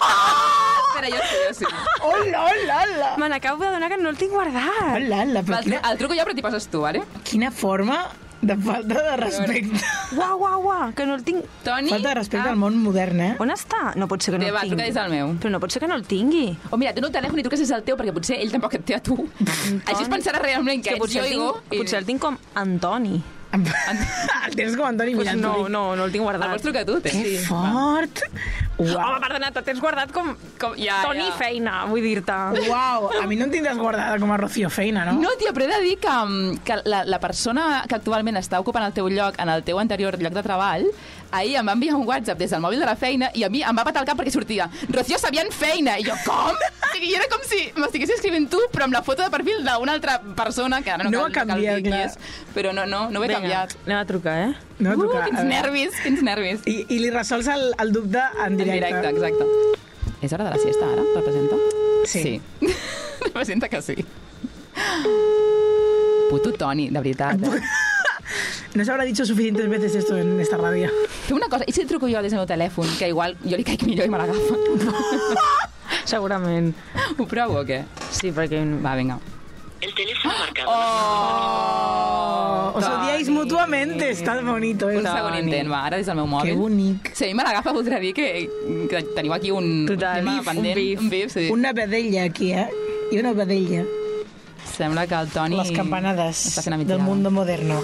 Espera, jo sí,
<laughs>
jo sí.
Hola, hola, hola.
Me n'acabo d'adonar que no el tinc guardat.
Hola, hola, però
El, tru-
quina,
el truco jo, però t'hi passes tu, vale?
quina forma de falta de respecte.
Uau, uau, uau, que no el tinc...
Toni...
Falta de respecte
ah,
al món modern, <laughs> eh?
On està? No pot ser que no
Té, va,
el
truca
tingui.
des del meu.
Però no pot ser que no el tingui.
O mira, tu no el telèfon i truques des del teu, perquè potser ell tampoc et té a tu. Així es pensarà realment que,
Doncs, Que potser, el
ets jo
tinc,
i...
potser el tinc com Antoni.
El tens com Antoni
Pues
Mirant.
no, no, no el tinc
El
guardat.
vols trucar tu, té?
Que fort! Uau.
Home, perdona, te'l tens guardat com, com
Ja,
Toni
ja.
Feina, vull dir-te.
Uau, a mi no em tindràs guardada com a Rocío Feina, no?
No, tia, però he de dir que, mm, que la, la persona que actualment està ocupant el teu lloc en el teu anterior lloc de treball, ahir em va enviar un WhatsApp des del mòbil de la feina i a mi em va patar el cap perquè sortia Rocío Sabian Feina. I jo, com? O sigui, jo era com si m'estigués escrivint tu, però amb la foto de perfil d'una altra persona, que ara no,
No
cal,
ha
no cal
canviat,
dir qui
clar.
és, però no, no, no ho he canviat.
anem a trucar, eh?
No,
Uh,
trucar, a
quins
veure.
nervis, quins nervis.
I, I li resols el, el dubte en
En
directe.
directe, exacte. És hora de la siesta, ara? Representa?
Sí.
sí. <laughs> Representa que sí. Puto Toni, de veritat. Eh?
No s'haurà dit suficientes veces esto en esta radio.
Fem una cosa, i si et truco jo des del meu telèfon, que igual jo li caic millor i me l'agafa.
Segurament.
Ho provo o què?
Sí, perquè...
Va, vinga.
El teléfono marcado.
Oh!
Os odiáis mutuamente, está bonito. Eh?
Un segon intent, va, ara des del meu mòbil.
Que bonic.
Si a mi me l'agafa, voldrà dir que, que teniu aquí un,
Total,
un tema
bif, un
pendent.
bif.
Un bif, sí.
Una vedella aquí, eh? I una vedella.
Sembla que el Toni...
Les campanades
està fent
del
amitirada.
mundo moderno.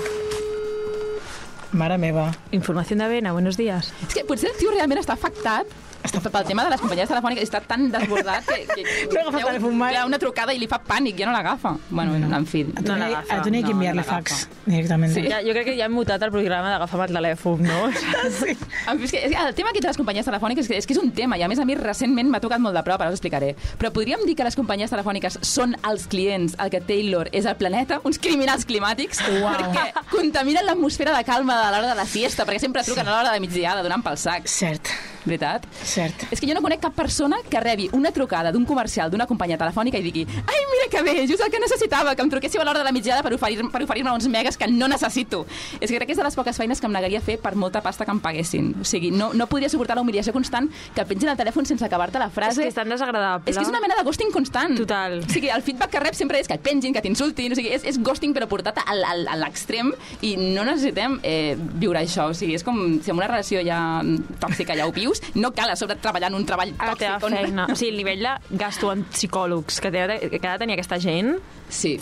Mare meva.
Informació de Vena, buenos días.
És que potser el tio realment està afectat Pel tema de les companyies telefòniques està tan desbordat que... que
No agafa
té un-
telèfon mai.
Clar, una trucada i li fa pànic, ja no l'agafa. Bueno, no, en fi.
A tu
no
n'hi
l'agafa,
a tu n'hi ha
no,
que enviar-li
no l'agafa.
fax directament.
Ja, jo crec que ja hem mutat el programa d'agafa'm el telèfon,
<laughs>
no?
sí.
En fi, Ah, És que, és que el tema aquest de les companyies telefòniques és que, és que és un tema i a més a mi recentment m'ha tocat molt de prop, ara us ho explicaré. Però podríem dir que les companyies telefòniques són els clients, el que Taylor és el planeta, uns criminals climàtics,
Uau.
perquè contaminen l'atmosfera de calma de l'hora de la siesta, perquè sempre truquen a l'hora de migdiada, donant pel sac.
Cert,
Veritat?
cert.
És que jo no conec cap persona que rebi una trucada d'un comercial d'una companyia telefònica i digui «Ai, mira que bé, just el que necessitava, que em truquéssiu a l'hora de la mitjada per oferir-me per oferir uns megas que no necessito». És que crec que és de les poques feines que em negaria a fer per molta pasta que em paguessin. O sigui, no, no podria suportar la humiliació constant que pengin el telèfon sense acabar-te la
És
frase.
que és tan desagradable.
És que és una mena de ghosting constant.
Total.
O sigui, el feedback que reps sempre és que et pengin, que t'insultin, o sigui, és, és ghosting però portat al, al, a l'extrem i no necessitem eh, viure això. O sigui, és com si en una relació ja mm, tòxica ja ho vius, no cal a sobre treballar en un treball
a la
tòxic.
teva
on-
feina. O sigui, el nivell de gasto en psicòlegs que, té, que ha de tenir aquesta gent...
Sí,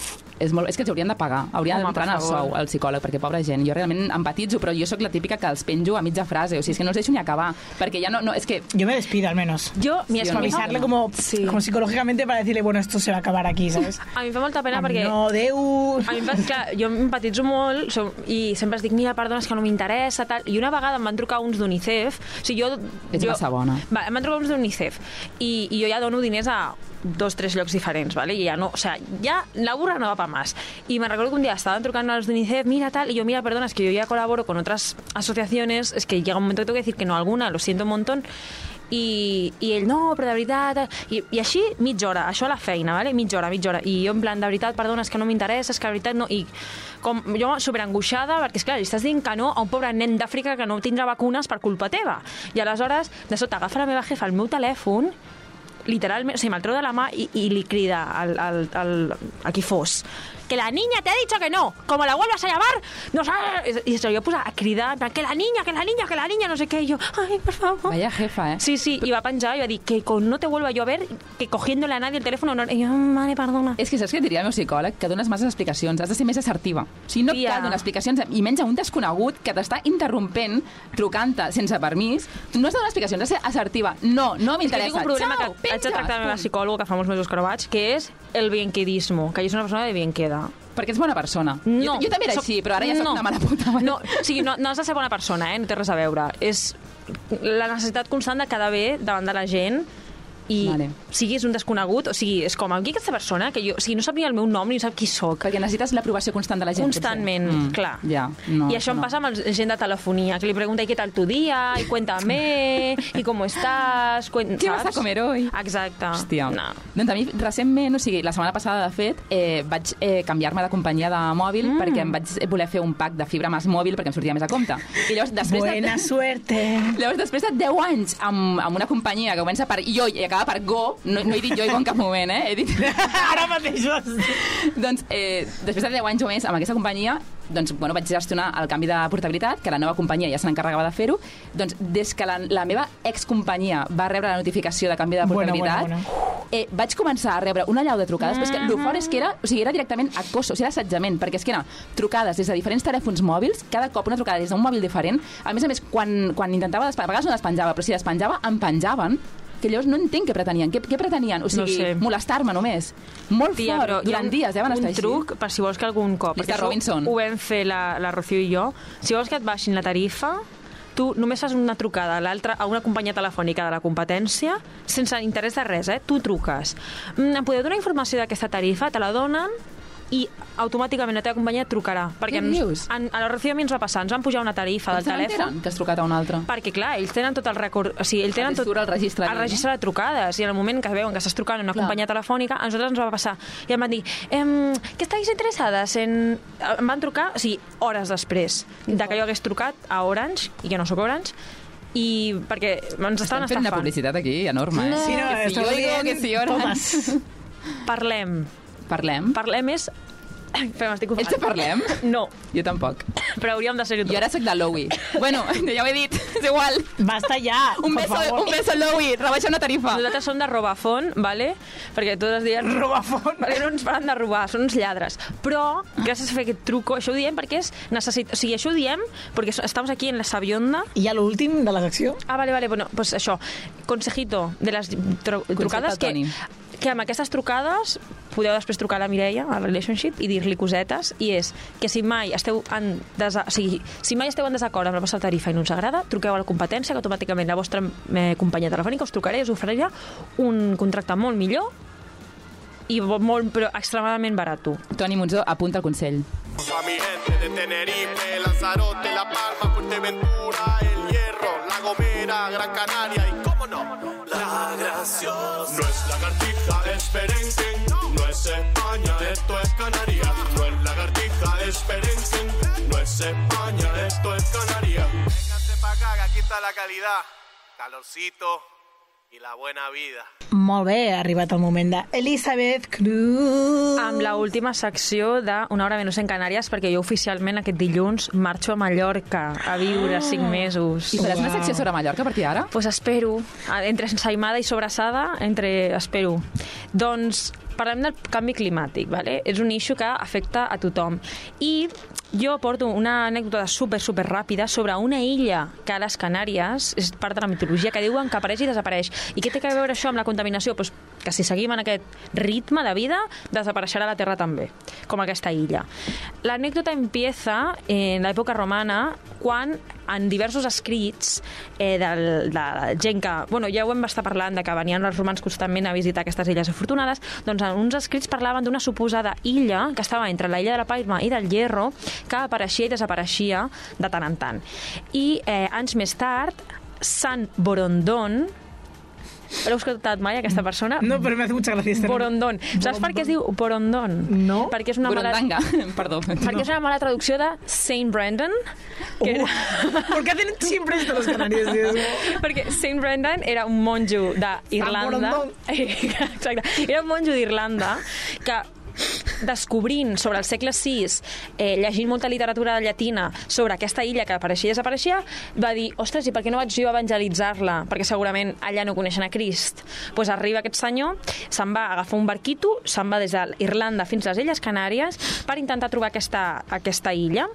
és, molt, és que els haurien de pagar, haurien
Home,
d'entrar en
per
el
favor.
sou, el psicòleg, perquè pobra gent, jo realment empatitzo, però jo sóc la típica que els penjo a mitja frase, o sigui, és que no els deixo ni acabar, perquè ja no, no és que
Yo me despido al menos.
Jo, mira, és
Sí, o
que
Para
a mi fa-
avisarle como,
Sí.
como psicológicamente para decirle, bueno, esto se va a acabar aquí, ¿sabes?
a mi em fa molta pena
Amb
perquè...
No, Déu...
A mi em va, clar, jo empatitzo molt som, i sempre es dic, mira, perdona, és que no m'interessa, tal. I una vegada em van trucar uns d'UNICEF. O sigui, jo,
Ets
jo,
massa bona.
Va, em van trucar uns d'UNICEF i, i jo ja dono diners a dos, tres llocs diferents, vale? i ja no, o sea, ja la burra no va pa más. Y me recuerdo que un día estaban trucando a los de UNICEF, mira tal, y yo, mira, perdona, es que yo ya colaboro con otras asociaciones, es que llega un momento que tengo que decir que no a alguna, lo siento un montón, i, i ell, no, però de veritat... tal. I, I així mitja hora, això a la feina, vale? mitja hora, mitja hora. I jo en plan, de veritat, perdona, és que no m'interessa, és que de veritat no... I com, jo superangoixada, perquè és clar, li estàs dient que no a un pobre nen d'Àfrica que no tindrà vacunes per culpa teva. I aleshores, de sota, agafa la meva jefa el meu telèfon, literalment, o sigui, me'l treu de la mà i, i li crida al, al, al, a qui fos que la niña te ha dicho que no, como la vuelvas a llamar, no sabes... I se li va posar a cridar, en plan, que la niña, que la niña, que la niña, no sé què, i jo, ai, per favor.
Vaya jefa, eh?
Sí, sí, iba a panchar y iba a decir que con no te vuelva yo a ver, que cogiéndole a nadie el teléfono no. Y yo, madre, perdona.
És que saps què diria el meu psicòleg? Que dones masses explicacions, has de ser més assertiva. O sigui, no
Tia.
cal donar explicacions, i menys a un desconegut que t'està interrompent, trucant-te sense permís. No has de donar explicacions, has de ser assertiva. No, no
És que
m'interessa.
tinc un problema
Ciao,
que haig de
penja,
tractar amb la
punt.
psicòloga que fa molts mesos que no vaig, que és el bienquedismo, que jo soc una persona de bienqueda.
Perquè ets bona persona.
No.
jo, jo també era
soc-
així, però ara ja soc
no.
una mala puta.
No, o sigui, no, no has de ser bona persona, eh? no té res a veure. És la necessitat constant de quedar bé davant de la gent i
Vale.
siguis un desconegut, o sigui, és com, qui és aquesta persona? Que jo, o sigui, no sap ni el meu nom ni sap qui sóc.
Perquè necessites l'aprovació constant de la gent.
Constantment,
potser. Mm.
clar.
Ja, no,
y això em
no.
passa amb el- gent de telefonia, que li pregunta, i què tal tu dia, i
<laughs>
cuéntame, i com estàs, cuen...
Què vas a comer hoy?
Exacte.
Hòstia.
No.
Doncs a mi recentment, o sigui, la setmana passada, de fet, eh, vaig eh, canviar-me de companyia de mòbil mm. perquè em vaig voler fer un pack de fibra més mòbil perquè em sortia més a compte. I llavors, després
Buena
de...
suerte.
<laughs> Llavors, després de 10 anys amb, amb una companyia que comença per jo i acaba per go, no, no he dit jo en cap moment, eh? He dit...
Ara mateix vas...
<laughs> doncs, eh, després de 10 anys o més amb aquesta companyia, doncs, bueno, vaig gestionar el canvi de portabilitat, que la nova companyia ja se n'encarregava de fer-ho. Doncs, des que la, la meva excompanyia va rebre la notificació de canvi de
Bueno,
portabilitat,
bueno,
Eh, vaig començar a rebre una llau de trucades, però és que el fort és que era, o sigui, era directament acoso, o sigui, era assetjament, perquè és que era trucades des de diferents telèfons mòbils, cada cop una trucada des d'un mòbil diferent. A més a més, quan, quan intentava despenjar, a vegades no despenjava, però si despenjava, em penjaven que llavors no entenc què pretenien. Què, què pretenien? O
No
sigui,
sé.
molestar-me només. Molt
Tia,
fort,
però hi ha
durant dies, eh, van estar
un truc per si vols que algun cop...
Lista
perquè això
Robinson.
Ho vam fer la, la Rocío i jo. Si vols que et baixin la tarifa, tu només fas una trucada a, l'altra, a una companyia telefònica de la competència sense interès de res, eh? Tu truques. Mm, em podeu donar informació d'aquesta tarifa? Te la donen i automàticament la teva companyia et trucarà. Perquè
Què
ens-
dius?
En, a la Rocío a mi ens va passar, ens van pujar una tarifa del
Com se
telèfon.
n'enteren que has trucat a un altre?
Perquè, clar, ells tenen tot el record... O sigui, ells tenen
Ara
tot...
surt el registre,
El
no?
registre de trucades. I en el moment que veuen que estàs trucant a una
Clar.
companyia telefònica, a nosaltres ens va passar. I em van dir, ehm, que estàs interessades en... Em van trucar, o sigui, hores després de que jo hagués trucat a Orange, i que no sóc Orange, i perquè ens estaven
Estan fent una
estafant.
publicitat aquí enorme, eh?
Sí, no,
que si
estava
jo digo,
dient
que si jo...
pomes.
Parlem.
Parlem.
Parlem és <coughs> Però m'estic ofegant.
Ells ja parlem?
No,
Jo tampoc.
però hauríem de ser-ho
Jo
tot.
ara sóc de Lowy. Bueno, <laughs> ja ho he dit, és igual.
Basta ja,
<laughs> Un
por
beso,
favor.
un beso Lowy, rebaixa una tarifa.
Nosaltres som de Robafon, ¿vale? perquè tots els dies
Robafon.
perquè no ens paren de robar, són uns lladres. Però, gràcies a fer aquest truco, això ho diem perquè és necessit... O sigui, això ho diem perquè so- estamos aquí en la sabionda
I ja l'últim de la secció.
Ah, vale, vale, bueno, pues això. Consejito de les tru trucades que,
Toni.
que amb aquestes trucades podeu després trucar a la Mireia, a Relationship, i dir-li cosetes, i és que si mai esteu en, desa o sigui, si mai esteu en desacord amb la vostra tarifa i no us agrada, truqueu a la competència, que automàticament la vostra eh, companyia telefònica us trucarà i us oferirà un contracte molt millor i bo- molt, però extremadament barat.
Toni Monzó, apunta el consell.
A mi gente de Tenerife, Lanzarote, La Palma, Fuerteventura, El Hierro, La Gomera, Gran Canaria y cómo no, La Graciosa. No es lagartija, es Berenquen, no es España, esto es Canarias. No es lagartija, es Berenquen, no es España, esto es Canarias. Vénganse para acá, que aquí está la calidad, calorcito y la buena vida.
Molt bé, ha arribat el moment d'Elisabeth Cruz.
Amb la última secció d'Una hora menys en Canàries, perquè jo oficialment aquest dilluns marxo a Mallorca a viure cinc mesos.
I faràs una secció sobre Mallorca a partir d'ara?
Pues espero, entre ensaïmada i sobrassada, entre espero. Doncs parlem del canvi climàtic, vale? és un issue que afecta a tothom. I jo porto una anècdota super, super ràpida sobre una illa que a les Canàries, és part de la mitologia, que diuen que apareix i desapareix. I què té a veure això amb la contaminació? Pues que si seguim en aquest ritme de vida, desapareixerà la Terra també, com aquesta illa. L'anècdota empieza en l'època romana, quan en diversos escrits eh, del, de gent que... Bueno, ja ho hem estar parlant, de que venien els romans constantment a visitar aquestes illes afortunades, doncs en uns escrits parlaven d'una suposada illa que estava entre la illa de la Palma i del Hierro, que apareixia i desapareixia de tant en tant. I eh, anys més tard, Sant Borondón, L'heu escoltat mai, aquesta persona?
No, però m'ha fet molta gràcia. este nom.
Borondón. Saps per què es diu Borondón?
No.
Perquè és una mala...
Burundanga, <laughs> perdó.
Perquè és una mala traducció de Saint Brendan, que era...
¿Por qué hacen siempre esto los canarios? Dios mío?
<laughs> perquè Saint Brendan era un monjo d'Irlanda.
Borondón.
<laughs> Exacte. Era un monjo d'Irlanda que descobrint sobre el segle VI, eh, llegint molta literatura llatina sobre aquesta illa que apareixia i desapareixia, va dir, ostres, i per què no vaig jo evangelitzar-la? Perquè segurament allà no coneixen a Crist. Doncs pues arriba aquest senyor, se'n va agafar un barquito, se'n va des d'Irlanda fins a les Illes Canàries per intentar trobar aquesta, aquesta illa.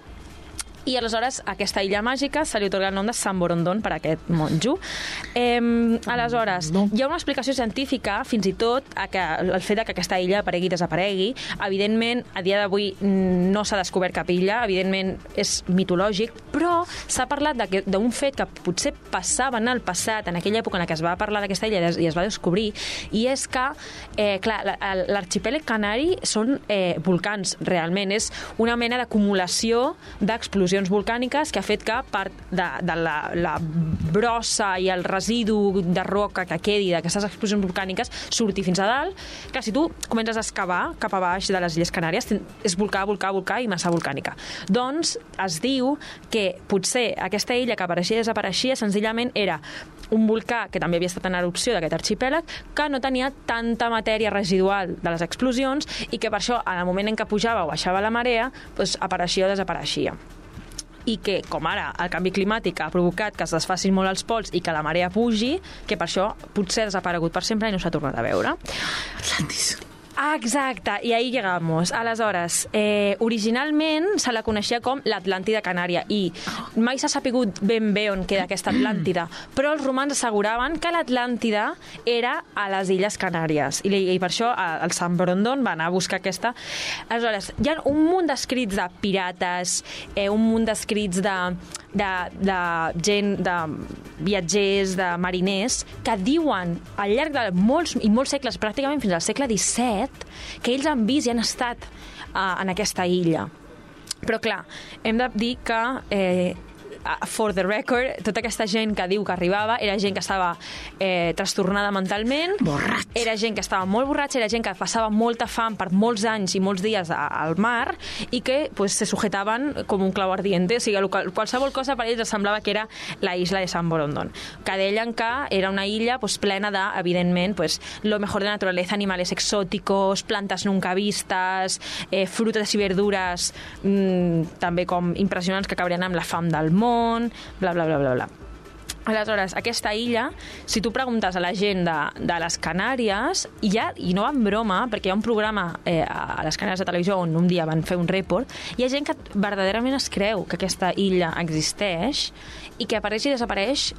I aleshores aquesta illa màgica se li otorga el nom de Sant Borondón per aquest monjo. Eh, aleshores, hi ha una explicació científica, fins i tot, a que el fet de que aquesta illa aparegui i desaparegui. Evidentment, a dia d'avui mm, no s'ha descobert cap illa, evidentment és mitològic, però s'ha parlat de que- d'un fet que potser passava en el passat, en aquella època en la que es va parlar d'aquesta illa i es- i es va descobrir, i és que, eh, clar, la- el- l'arxipèlag canari són eh, volcans, realment. És una mena d'acumulació d'explosions volcàniques que ha fet que part de, de la, la brossa i el residu de roca que quedi d'aquestes explosions volcàniques surti fins a dalt. Clar, si tu comences a excavar cap a baix de les Illes Canàries, ten- és volcà, volcà, volcà i massa volcànica. Doncs es diu que potser aquesta illa que apareixia i desapareixia senzillament era un volcà que també havia estat en erupció d'aquest arxipèlag, que no tenia tanta matèria residual de les explosions i que per això, en el moment en què pujava o baixava la marea, doncs apareixia o desapareixia i que, com ara el canvi climàtic ha provocat que es desfacin molt els pols i que la marea pugi, que per això potser ha desaparegut per sempre i no s'ha tornat a veure. Ah, Exacte, i ahí llegamos. Aleshores, eh, originalment se la coneixia com l'Atlàntida Canària i mai s'ha sapigut ben bé on queda aquesta Atlàntida, però els romans asseguraven que l'Atlàntida era a les Illes Canàries i, li- i per això eh, el Sant Brondon va anar a buscar aquesta. Aleshores, hi ha un munt d'escrits de pirates, eh, un munt d'escrits de, de, de gent, de viatgers, de mariners, que diuen al llarg de molts i molts segles, pràcticament fins al segle XVII, que ells han vist i han estat eh, en aquesta illa. Però clar, hem de dir que eh, ah, for the record, tota aquesta gent que diu que arribava era gent que estava eh, trastornada mentalment, borratxa. era gent que estava molt borratxa, era gent que passava molta fam per molts anys i molts dies a, al mar i que pues, se sujetaven com un clau ardiente, o sigui, el qual- qualsevol cosa per ells els semblava que era la isla de San Borondón, que deien que era una illa pues, plena de, evidentment, pues, lo mejor de la naturaleza, animales exóticos, plantes nunca vistes, eh, fruites i verdures mm, també com impressionants que acabarien amb la fam del món, bla, bla, bla, bla, bla. Aleshores, aquesta illa, si tu preguntes a la gent de, de les Canàries, i, ja, i no en broma, perquè hi ha un programa eh, a les Canàries de televisió on un dia van fer un report, hi ha gent que verdaderament es creu que aquesta illa existeix i que apareix i desapareix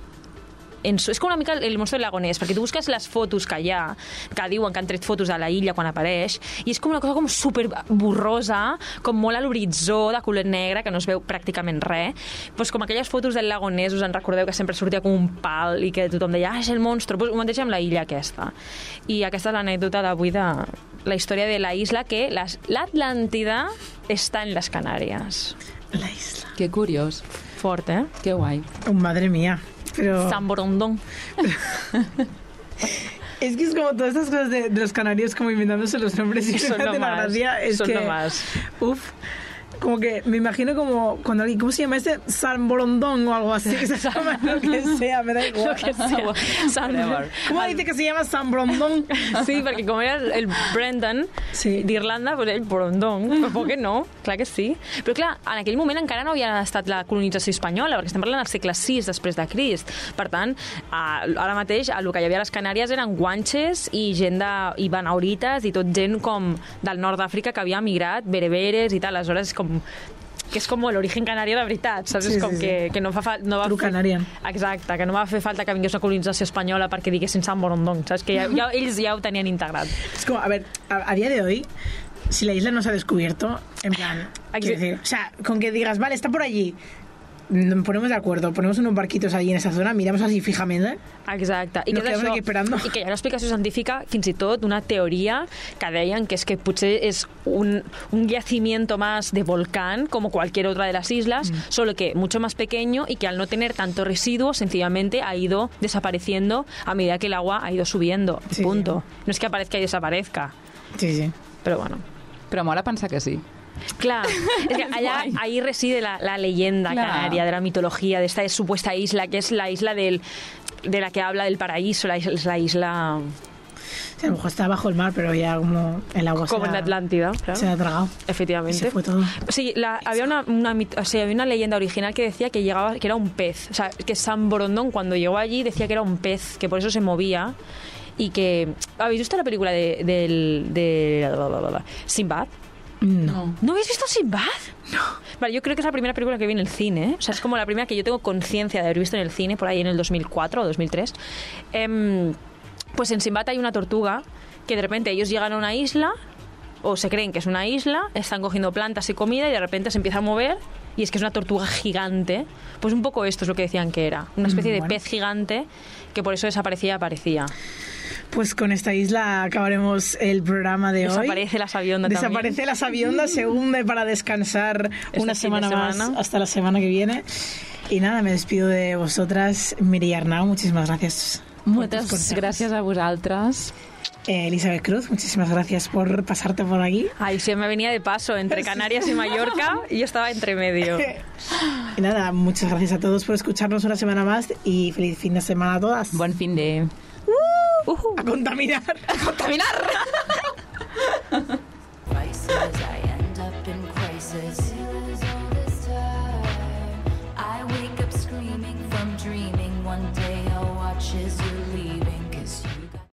en, su- és com una mica el monstre del lagonès, perquè tu busques les fotos que hi ha, que diuen que han tret fotos de la illa quan apareix, i és com una cosa com super borrosa, com molt a l'horitzó, de color negre, que no es veu pràcticament res. Pues com aquelles fotos del lagonès, us en recordeu que sempre sortia com un pal i que tothom deia, ah, és el monstre, pues, ho mateix amb la illa aquesta. I aquesta és l'anècdota d'avui de la història de la isla que les- l'Atlàntida està en les Canàries.
La isla.
Que curiós,
Fort, eh?
que guai.
Oh, madre mía. Pero...
San Borondón.
Es que es como todas estas cosas de, de los canarios como inventándose los nombres y
Son
de
lo
la
más,
gracia es
son
que...
lo más.
Uf. Como que me imagino como cuando alguien... ¿Cómo se llama ese? San Borondón o algo así. <laughs> Que se llama lo que sea, me da igual.
<laughs> Lo que sea. San-
¿Cómo dice que se llama San
<laughs>
Borondón?
Sí, perquè com era el Brendan
Sí.
d'Irlanda, doncs ell,
<laughs>
Brondong, per què no? Clar que sí. Però clar, en aquell moment encara no havia estat la colonització espanyola, perquè estem parlant del segle VI després de Crist. Per tant, a- ara mateix el que hi havia a les Canàries eren guanxes i gent de, i banaurites i tot gent com del nord d'Àfrica que havia emigrat, bereberes i tal. Aleshores, és com que és com l'origen canari de veritat, saps?
Sí,
és com
sí, sí.
que, que no fa falta... No va
True
fer-
Canarian.
Exacte, que no va fer falta que vingués una colonització espanyola perquè diguessin Sant Borondong, saps? Que ja, ja, ells ja ho tenien integrat.
Es como, a ver, a, a día de hoy, si la isla no se ha descubierto, en plan,
Aquí-
quiero decir, o sea, con que digas, vale, está por allí, nos ponemos de acuerdo, ponemos unos barquitos allí en esa zona, miramos así fijamente,
Exacte. I
No
que és
quedem
això-
aquí esperant.
I que hi ha una explicació científica, fins i tot una teoria que deien que és que potser és un, un yacimiento más de volcán, como cualquier otra de las
Mm.
islas, solo que mucho más pequeño y que al no tener tanto residuo, sencillamente ha ido desapareciendo a medida que el agua ha ido subiendo.
Sí.
Punto. No es que aparezca y desaparezca,
Sí, sí.
pero bueno.
Però mola pensar que sí.
Claro, <laughs> es que
Es
allá,
guay.
ahí reside la, la leyenda
Claro.
canaria de la mitología de esta supuesta isla, que es la isla del, de la que habla del paraíso, la isla, es la isla
O sea, a lo mejor está bajo el mar, pero ya como el agua
como
se,
en
la-
la Atlántida, claro.
se la ha tragado. Y
Efectivamente.
se fue todo.
Sí, la- había, una, una mit- o sea, había una leyenda original que decía que llegaba, que era un pez. O sea, que San Borondón cuando llegó allí decía que era un pez, que por eso se movía. Y que. ¿Habéis visto la película de, del- de, Sinbad?
No.
¿No habéis visto Sinbad? No. Vale, yo creo que es la primera película que vi en el cine. ¿eh? O sea, es como la primera que yo tengo conciencia de haber visto en el cine, por ahí en el 2004 o 2003. Em, pues en Sinbad hay una tortuga que de repente ellos llegan a una isla, o se creen que es una isla, están cogiendo plantas y comida y de repente se empieza a mover y es que es una tortuga gigante. Pues un poco esto es lo que decían que era. Una especie de
bueno.
pez gigante que por eso desaparecía y aparecía.
Pues con esta isla acabaremos el programa de hoy.
Desaparece la sabionda también.
Desaparece la sabionda, se hunde para descansar
Este
una
fin de
semana, más
semana.
hasta la semana que viene. Y nada, me despido de vosotras, Miri Arnau, muchísimas gracias. por tus
Moltes
consejos.
gràcies a vosaltres.
Eh, Elizabeth Cruz, muchísimas gracias por pasarte por aquí.
Ay, se me venía de paso entre Canarias y Mallorca y yo estaba entre
<laughs>
medio.
Y nada, muchas gracias a todos por escucharnos una semana más y feliz fin de semana a todas.
Bon fin de...
Ujú.
A contaminar.
Crisis, I end up in crisis. I wake up screaming from dreaming. One day I'll watch as you